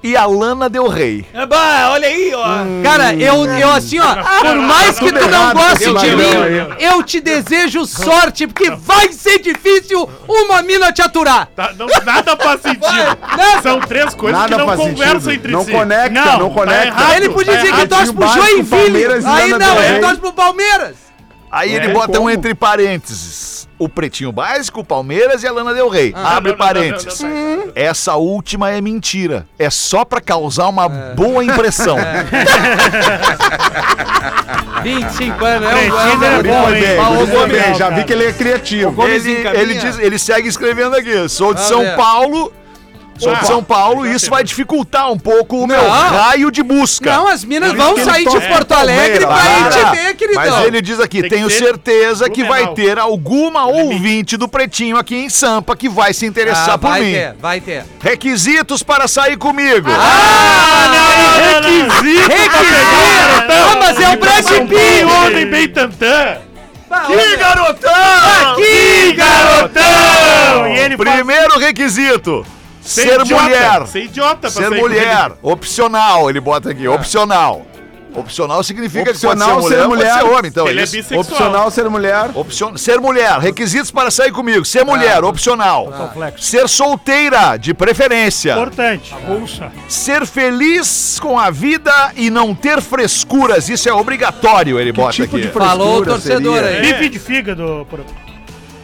B: e a Lana Del Rei.
I: É, Bah, olha aí, ó.
E: Cara, eu, eu assim, ó, por mais que tu não
C: errado
E: goste
C: esse
E: de
C: ladrão
E: mim, eu te desejo sorte, porque vai ser difícil uma mina te aturar.
H: Tá, não, nada faz sentido.
E: Né?
H: São três coisas
C: Nada
H: que não
C: faz
H: conversam
C: sentido.
H: entre
C: Não
H: si. tá
C: conecta, não conecta.
H: errado,
E: Ele podia
H: tá
E: dizer que
H: errado.
E: torce pro
C: Básico,
E: Joinville.
C: Palmeiras e
E: Aí
C: Lana
E: não,
C: Del
E: ele
C: Rey.
E: torce pro Palmeiras.
B: Aí ele
C: É,
B: bota
C: como?
B: um entre parênteses. O Pretinho Básico, o Palmeiras e a Lana Del Rei. Abre
H: Não, não, não,
B: parênteses.
H: não, não, não, não, não.
B: Essa última é mentira. É só pra causar uma
E: É.
B: boa impressão.
E: 25 anos, é um
H: Precisa
E: ano.
H: é
C: Guri
H: bom,
C: foi
H: hein?
C: bem,
H: Falou
C: Guri foi
H: bom,
C: bem. Já
H: cara.
C: vi que ele é criativo.
B: Ele,
I: encaminha.
B: ele diz- ele segue escrevendo aqui. Sou de
E: Ah,
B: São
E: é.
B: Paulo. Sou de São Paulo e isso vai dificultar um pouco o meu raio de busca.
E: Não, as minas
H: Por
E: vão
H: isso que ele
E: sair de
H: torce
E: Porto Alegre pra ir
B: Para.
E: te ver,
B: Mas
E: queridão.
B: ele diz aqui,
H: Tem que
B: tenho
H: ser
B: certeza que vai
H: Blumenau.
B: ter alguma ouvinte do Pretinho aqui em Sampa que vai se interessar
E: Ah,
B: por
E: vai
B: mim.
E: ter, vai ter.
B: Requisitos para sair comigo.
H: Ah, não, não, não.
E: Requisito! Ah, mas é o Brad
H: Que
E: Pitt!
H: um homem bem tantã!
E: Que
B: garotão!
H: Que garotão! E ele faz-
B: Primeiro requisito,
H: Ser
B: ser
H: idiota, é
B: mulher.
H: Ser idiota pra
B: Ser
H: sair Ah. com
B: mulher,
H: ele.
B: opcional, ele bota aqui, opcional. Opcional significa
C: Opcional
B: que pode
C: ser
B: ser mulher,
C: mulher.
B: pode ser homem, então
H: Ele
B: é
H: é
B: isso.
H: bissexual.
C: Opcional ser mulher.
B: Opcion- Ser mulher, requisitos para sair comigo. Ser
H: Ah.
B: mulher, opcional. Ser solteira, de preferência.
H: Importante.
J: Bolsa.
B: Ser feliz com a vida e não ter frescuras. Isso é obrigatório, ele bota
C: tipo
B: aqui.
C: de frescura
E: Falou o torcedor
C: seria?
E: aí.
H: Bife de fígado. por-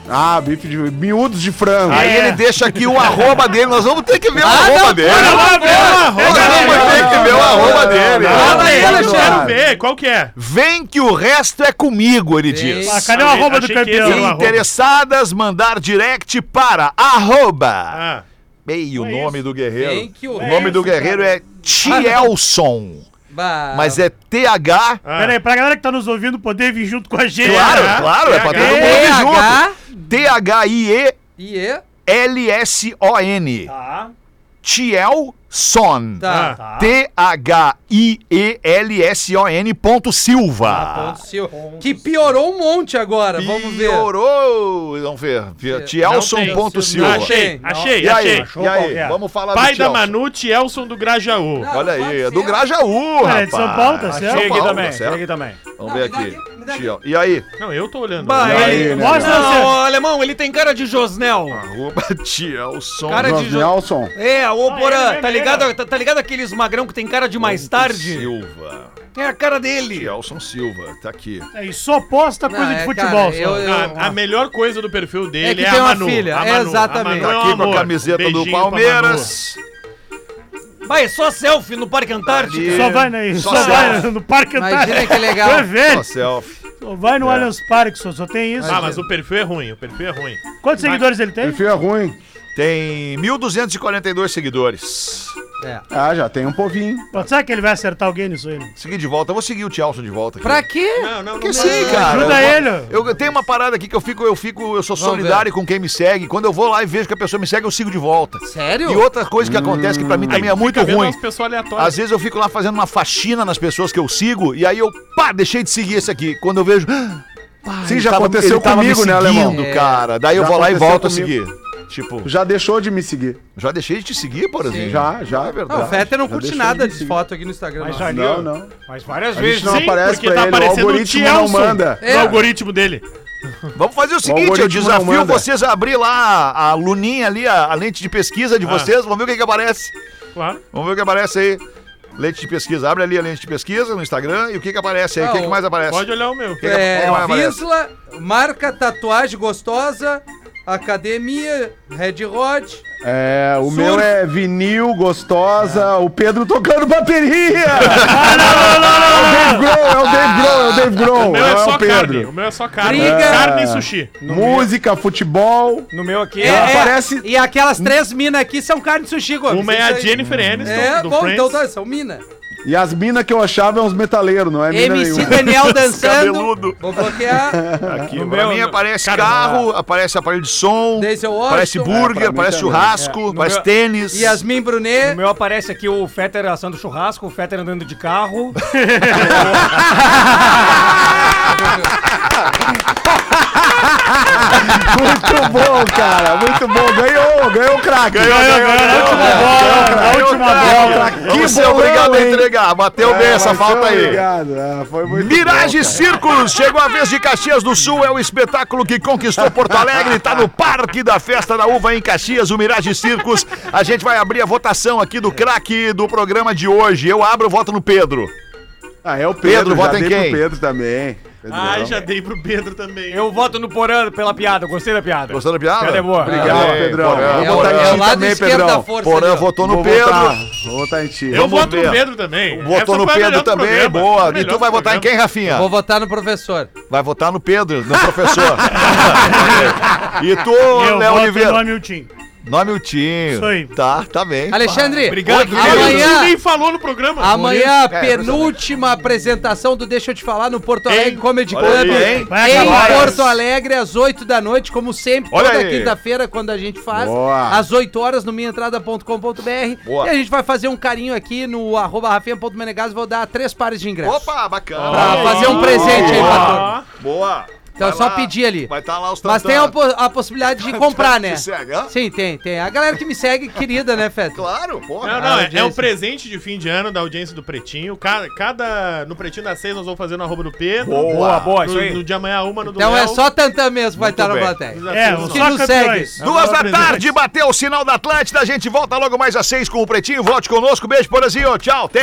C: Ah, bife de... Miúdos de frango.
B: Aí
H: É.
B: ele deixa aqui o arroba dele. Nós vamos ter que ver o
E: Ah,
B: arroba
E: não,
B: dele.
H: Não, não, não,
B: Nós vamos ter que ver o arroba dele.
H: Fala aí,
C: não,
H: Alexandre.
C: não.
H: Quero ver, qual que é?
B: Vem que o resto é comigo, ele diz.
H: Ah, cadê o arroba do
G: Achei que
H: campeão?
G: esse
H: o arroba?
B: Interessadas, mandar direct para arroba.
H: Ah,
B: Bem, o
H: é
B: nome do
E: Quem
B: guerreiro.
E: que
B: O nome do guerreiro é Tielson,
E: Bah,
B: mas é TH.
H: ah. Pera aí, pra galera que tá nos ouvindo poder vir junto com a gente.
B: Claro,
H: né?
B: claro, é pra todo mundo
E: TH.
B: ir junto. T-H-I-E-L-S-O-N.
E: E é?
J: Tá.
B: Tielson.
E: Tá.
H: Ah.
B: T-H-I-E-L-S-O-N ponto Silva.
E: Tá, Ponto Sil- Que piorou um monte agora, vamos ver.
B: Piorou. Vamos ver. Tielson
E: tem.
B: ponto
E: Não,
B: Silva.
H: Achei,
E: Não.
H: achei,
B: E aí?
H: achei.
B: E aí?
H: qualquer.
B: Vamos falar
G: Pai
B: do
G: da
B: Tielson.
G: Manute, Elson do Grajaú.
E: Não,
B: Olha
E: pode
B: aí, é
E: ser.
B: do Grajaú,
H: Ah,
B: rapaz.
H: é de São Paulo, tá certo?
B: São
J: Cheguei
B: Paulo,
J: também,
B: tá certo?
J: cheguei também.
B: Vamos ver
E: Não, me
B: aqui.
E: dá aqui, me dá aqui.
B: Tio, E aí?
G: Não, eu tô olhando.
I: Bah,
C: E aí,
I: ele-
C: né,
I: Mostra
C: cara?
I: seu- Ô, alemão, ele tem cara de Josnel.
B: Arroba Tielson.
I: Cara de jo-
C: Nelson.
I: É, ô
H: ele
I: Porã,
H: é
I: tá
H: mineiro.
I: ligado? Tá, tá ligado aqueles magrão que tem cara de mais tarde?
B: Silva.
I: É a cara dele.
B: Tielson Silva, tá aqui.
H: É, e só posta
E: Não,
H: coisa de
E: é,
H: futebol.
E: cara, eu-
H: só.
E: eu-
G: A, a melhor coisa do perfil dele
E: É
G: é,
E: que tem
G: a
E: uma
G: Manu.
E: filha,
G: a Manu.
E: exatamente.
G: A Manu é um
B: Tá Aqui com a
G: amor.
B: camiseta
G: Beijinho
B: do
G: pra Manu.
B: Palmeiras.
I: Vai, é só selfie no Parque Antártico.
H: Só vai, na,
B: Só
H: só vai
B: selfie.
H: no Parque
E: Imagina que legal.
H: Só é velho.
B: Só selfie.
H: Só vai no Allianz Parque, só, só tem isso.
G: Ah, mas o perfil é ruim, o perfil é ruim.
H: Quantos seguidores ele tem?
C: Perfil é ruim.
B: Tem 1.242 seguidores.
E: É.
C: Ah, já tem um povinho.
H: Pô, Será que ele vai acertar alguém nisso aí? né?
B: Segui de volta, eu vou seguir o Tielson de volta. aqui.
E: Pra quê?
G: Não, não, é.
B: Porque
E: é
B: sim, cara.
H: Ajuda
B: eu,
H: ele, ó.
B: Eu, eu tenho uma parada aqui que eu fico, eu fico, eu sou
E: Vamos
B: solidário com quem me segue. Quando eu vou lá e vejo que a pessoa me segue, eu sigo de volta.
E: Sério?
B: E outra coisa que acontece que pra mim também é muito ruim.
G: As pessoas aleatórias.
B: Às vezes eu fico lá fazendo uma faxina nas pessoas que eu sigo e aí eu, pá, deixei de seguir esse aqui. Quando eu vejo, ah, pá,
C: Sim,
B: ele
C: já
B: tava-
C: aconteceu
B: ele tava me
C: comigo, né, Alemão?
B: seguindo,
E: É.
B: cara. Daí eu
C: Já
B: vou lá e
C: aconteceu
B: volto a
C: comigo.
B: seguir. Tipo,
C: Já deixou de me seguir.
B: já deixei de te seguir, por exemplo.
C: Já, já.
B: É verdade.
E: Não, o Fetter não
C: Já
E: curte
C: deixou
E: nada
C: de
E: de
C: seguir.
E: foto aqui no Instagram.
J: Mas
E: não.
J: ali,
C: Não, não.
J: mas várias
C: A gente
J: vezes.
C: não
G: Sim,
C: aparece
G: porque
C: pra
G: tá
C: ele, o
G: aparecendo o
C: algoritmo não
G: Tielson.
C: manda.
E: É.
G: No algoritmo dele.
B: Vamos fazer o seguinte, eu
C: algoritmo não
B: desafio
C: manda.
B: vocês a abrir lá a a luninha ali, a, a lente de pesquisa de vocês, vamos ver o que que aparece.
G: Claro.
B: Vamos ver o que aparece aí. Lente de pesquisa. Abre ali a lente de pesquisa no Instagram e o que que aparece aí? Ah, O que, que mais aparece?
G: Pode olhar o meu.
B: que que
E: É,
B: aparece?
E: Visla, marca tatuagem gostosa, Academia, Red Hot.
C: É, o meu é vinil, gostosa, o Pedro tocando bateria! não, não, não, É o Dave Grohl, é o Dave Grohl, é o Dave Grohl.
G: O meu
C: não
G: é só
C: o Pedro.
G: carne. O meu é só carne.
E: Briga.
G: Carne e sushi.
C: Música, futebol.
J: No meu aqui.
E: É,
C: Ela
E: é,
C: parece-
E: E aquelas três minas aqui são carne de sushi, Gomes.
G: Uma é a
E: isso aí.
G: Jennifer Aniston,
E: É,
G: do
E: bom,
G: Friends.
E: então tá, são mina.
C: E as minas que eu achava é uns metaleiros, não é mina
E: MC
C: nenhuma.
E: Daniel dançando.
B: cabeludo.
E: Vou bloquear.
B: Aqui,
J: No
B: pra
J: meu,
B: mim
J: no-
B: aparece carro, aparece aparelho de som,
E: Denzel Washington.
B: aparece burger,
C: É, pra mim
B: aparece
C: também.
B: churrasco,
J: É. No
B: aparece
J: meu-
B: tênis.
E: Yasmin
J: No
I: é
E: Brunet.
J: meu aparece aqui o Fetter assando churrasco, o Fetter andando de carro.
C: Muito bom, cara. Muito bom. Ganhou, ganhou o craque.
B: Ganhou, ganhou, ganhou, na última bola, na última bola. Vamos ser é obrigado a entregar, bateu bem essa falta aí.
C: É, Obrigado. Ah, foi muito
B: Mirage
C: bom,
B: Circos, chegou a vez de Caxias do Sul, é o espetáculo que conquistou Porto Alegre, tá no Parque da Festa da Uva em Caxias, o Mirage Circos. A gente vai abrir a votação aqui do craque do programa de hoje. Eu abro, voto no Pedro.
C: cara. Ah, é o Pedro.
B: Pedro,
C: já
B: vota em
C: dei pro
B: quem?
C: Pedro também. Pedrão.
G: Ai, já dei pro Pedro também.
J: Eu voto no Porã pela piada, gostei da piada.
B: Gostou da piada?
J: Piada é boa.
C: Obrigado,
B: Ei,
C: Pedrão.
B: Porã,
C: Vou
E: É o,
B: Porã.
C: botar em
E: é o
C: ti
E: lado
C: também,
E: esquerdo
C: Pedrão.
E: da força. ali,
B: Porã
E: ó.
B: votou no
C: Vou
B: Pedro.
C: votar. Vou votar em ti.
G: Eu
B: Vamos
G: voto
B: ver.
G: no Pedro também.
B: Votou
G: Essa
B: no
G: foi a
B: Pedro
G: melhor do
B: também,
G: programa. Foi a
B: boa. E
G: melhor
B: tu vai
G: do
B: votar em quem,
G: programa.
B: Rafinha?
E: Vou votar no professor.
B: Vai votar no Pedro, no professor. e tu,
H: Eu
B: Léo
H: voto no
B: Oliveira?
H: Hamilton.
B: Nome o Tinho.
H: Isso aí.
B: Tá, tá bem.
E: Alexandre,
J: Obrigado, querido.
G: Ele
E: amanhã,
G: nem falou no programa.
E: amanhã
B: É,
E: penúltima apresentação do Deixa Eu Te Falar no Porto Alegre
G: Em-
E: Comedy
B: Olha
E: Club.
B: aí, hein?
H: Vai
E: em
H: acabar,
E: Porto Alegre, às 8 da noite, como sempre,
B: Olha
E: toda
B: aí.
E: quinta-feira, quando a gente faz,
C: Boa.
E: às 8 horas no minhaentrada.com.br.
B: Boa.
E: E a gente vai fazer um carinho aqui no arroba rafinha.menegas, vou dar três pares de ingressos.
B: Opa, bacana.
E: Pra fazer um presente aí pra todos.
G: Ah,
B: Boa.
E: Então é
B: Vai
E: só
B: lá.
E: pedir ali.
B: Vai estar lá os
E: Mas tem um a, po- a possibilidade de comprar, né?
B: Te segue, hã?
E: Sim, tem, tem. A galera que me segue, querida, né, Feta?
B: Claro, porra.
G: Não, não, é, é
E: audiência.
G: um presente de fim de ano da audiência do Pretinho. Cada, cada- no Pretinho das seis nós vamos fazer no arroba do Pedro.
J: Boa, boa, isso
G: No,
J: aí.
G: no de amanhã uma, no do
E: Então é
G: Léo.
E: só Tantan mesmo que vai estar na
B: né? bem.
E: plateia.
G: Tá
H: É, o
E: Que
H: só
E: nos
H: campeões.
B: Duas da
G: Agora,
B: tarde, bateu o sinal da Atlântida. A gente volta logo mais às seis com o Pretinho. Volte conosco. Beijo, Porazinho. Tchau. Até.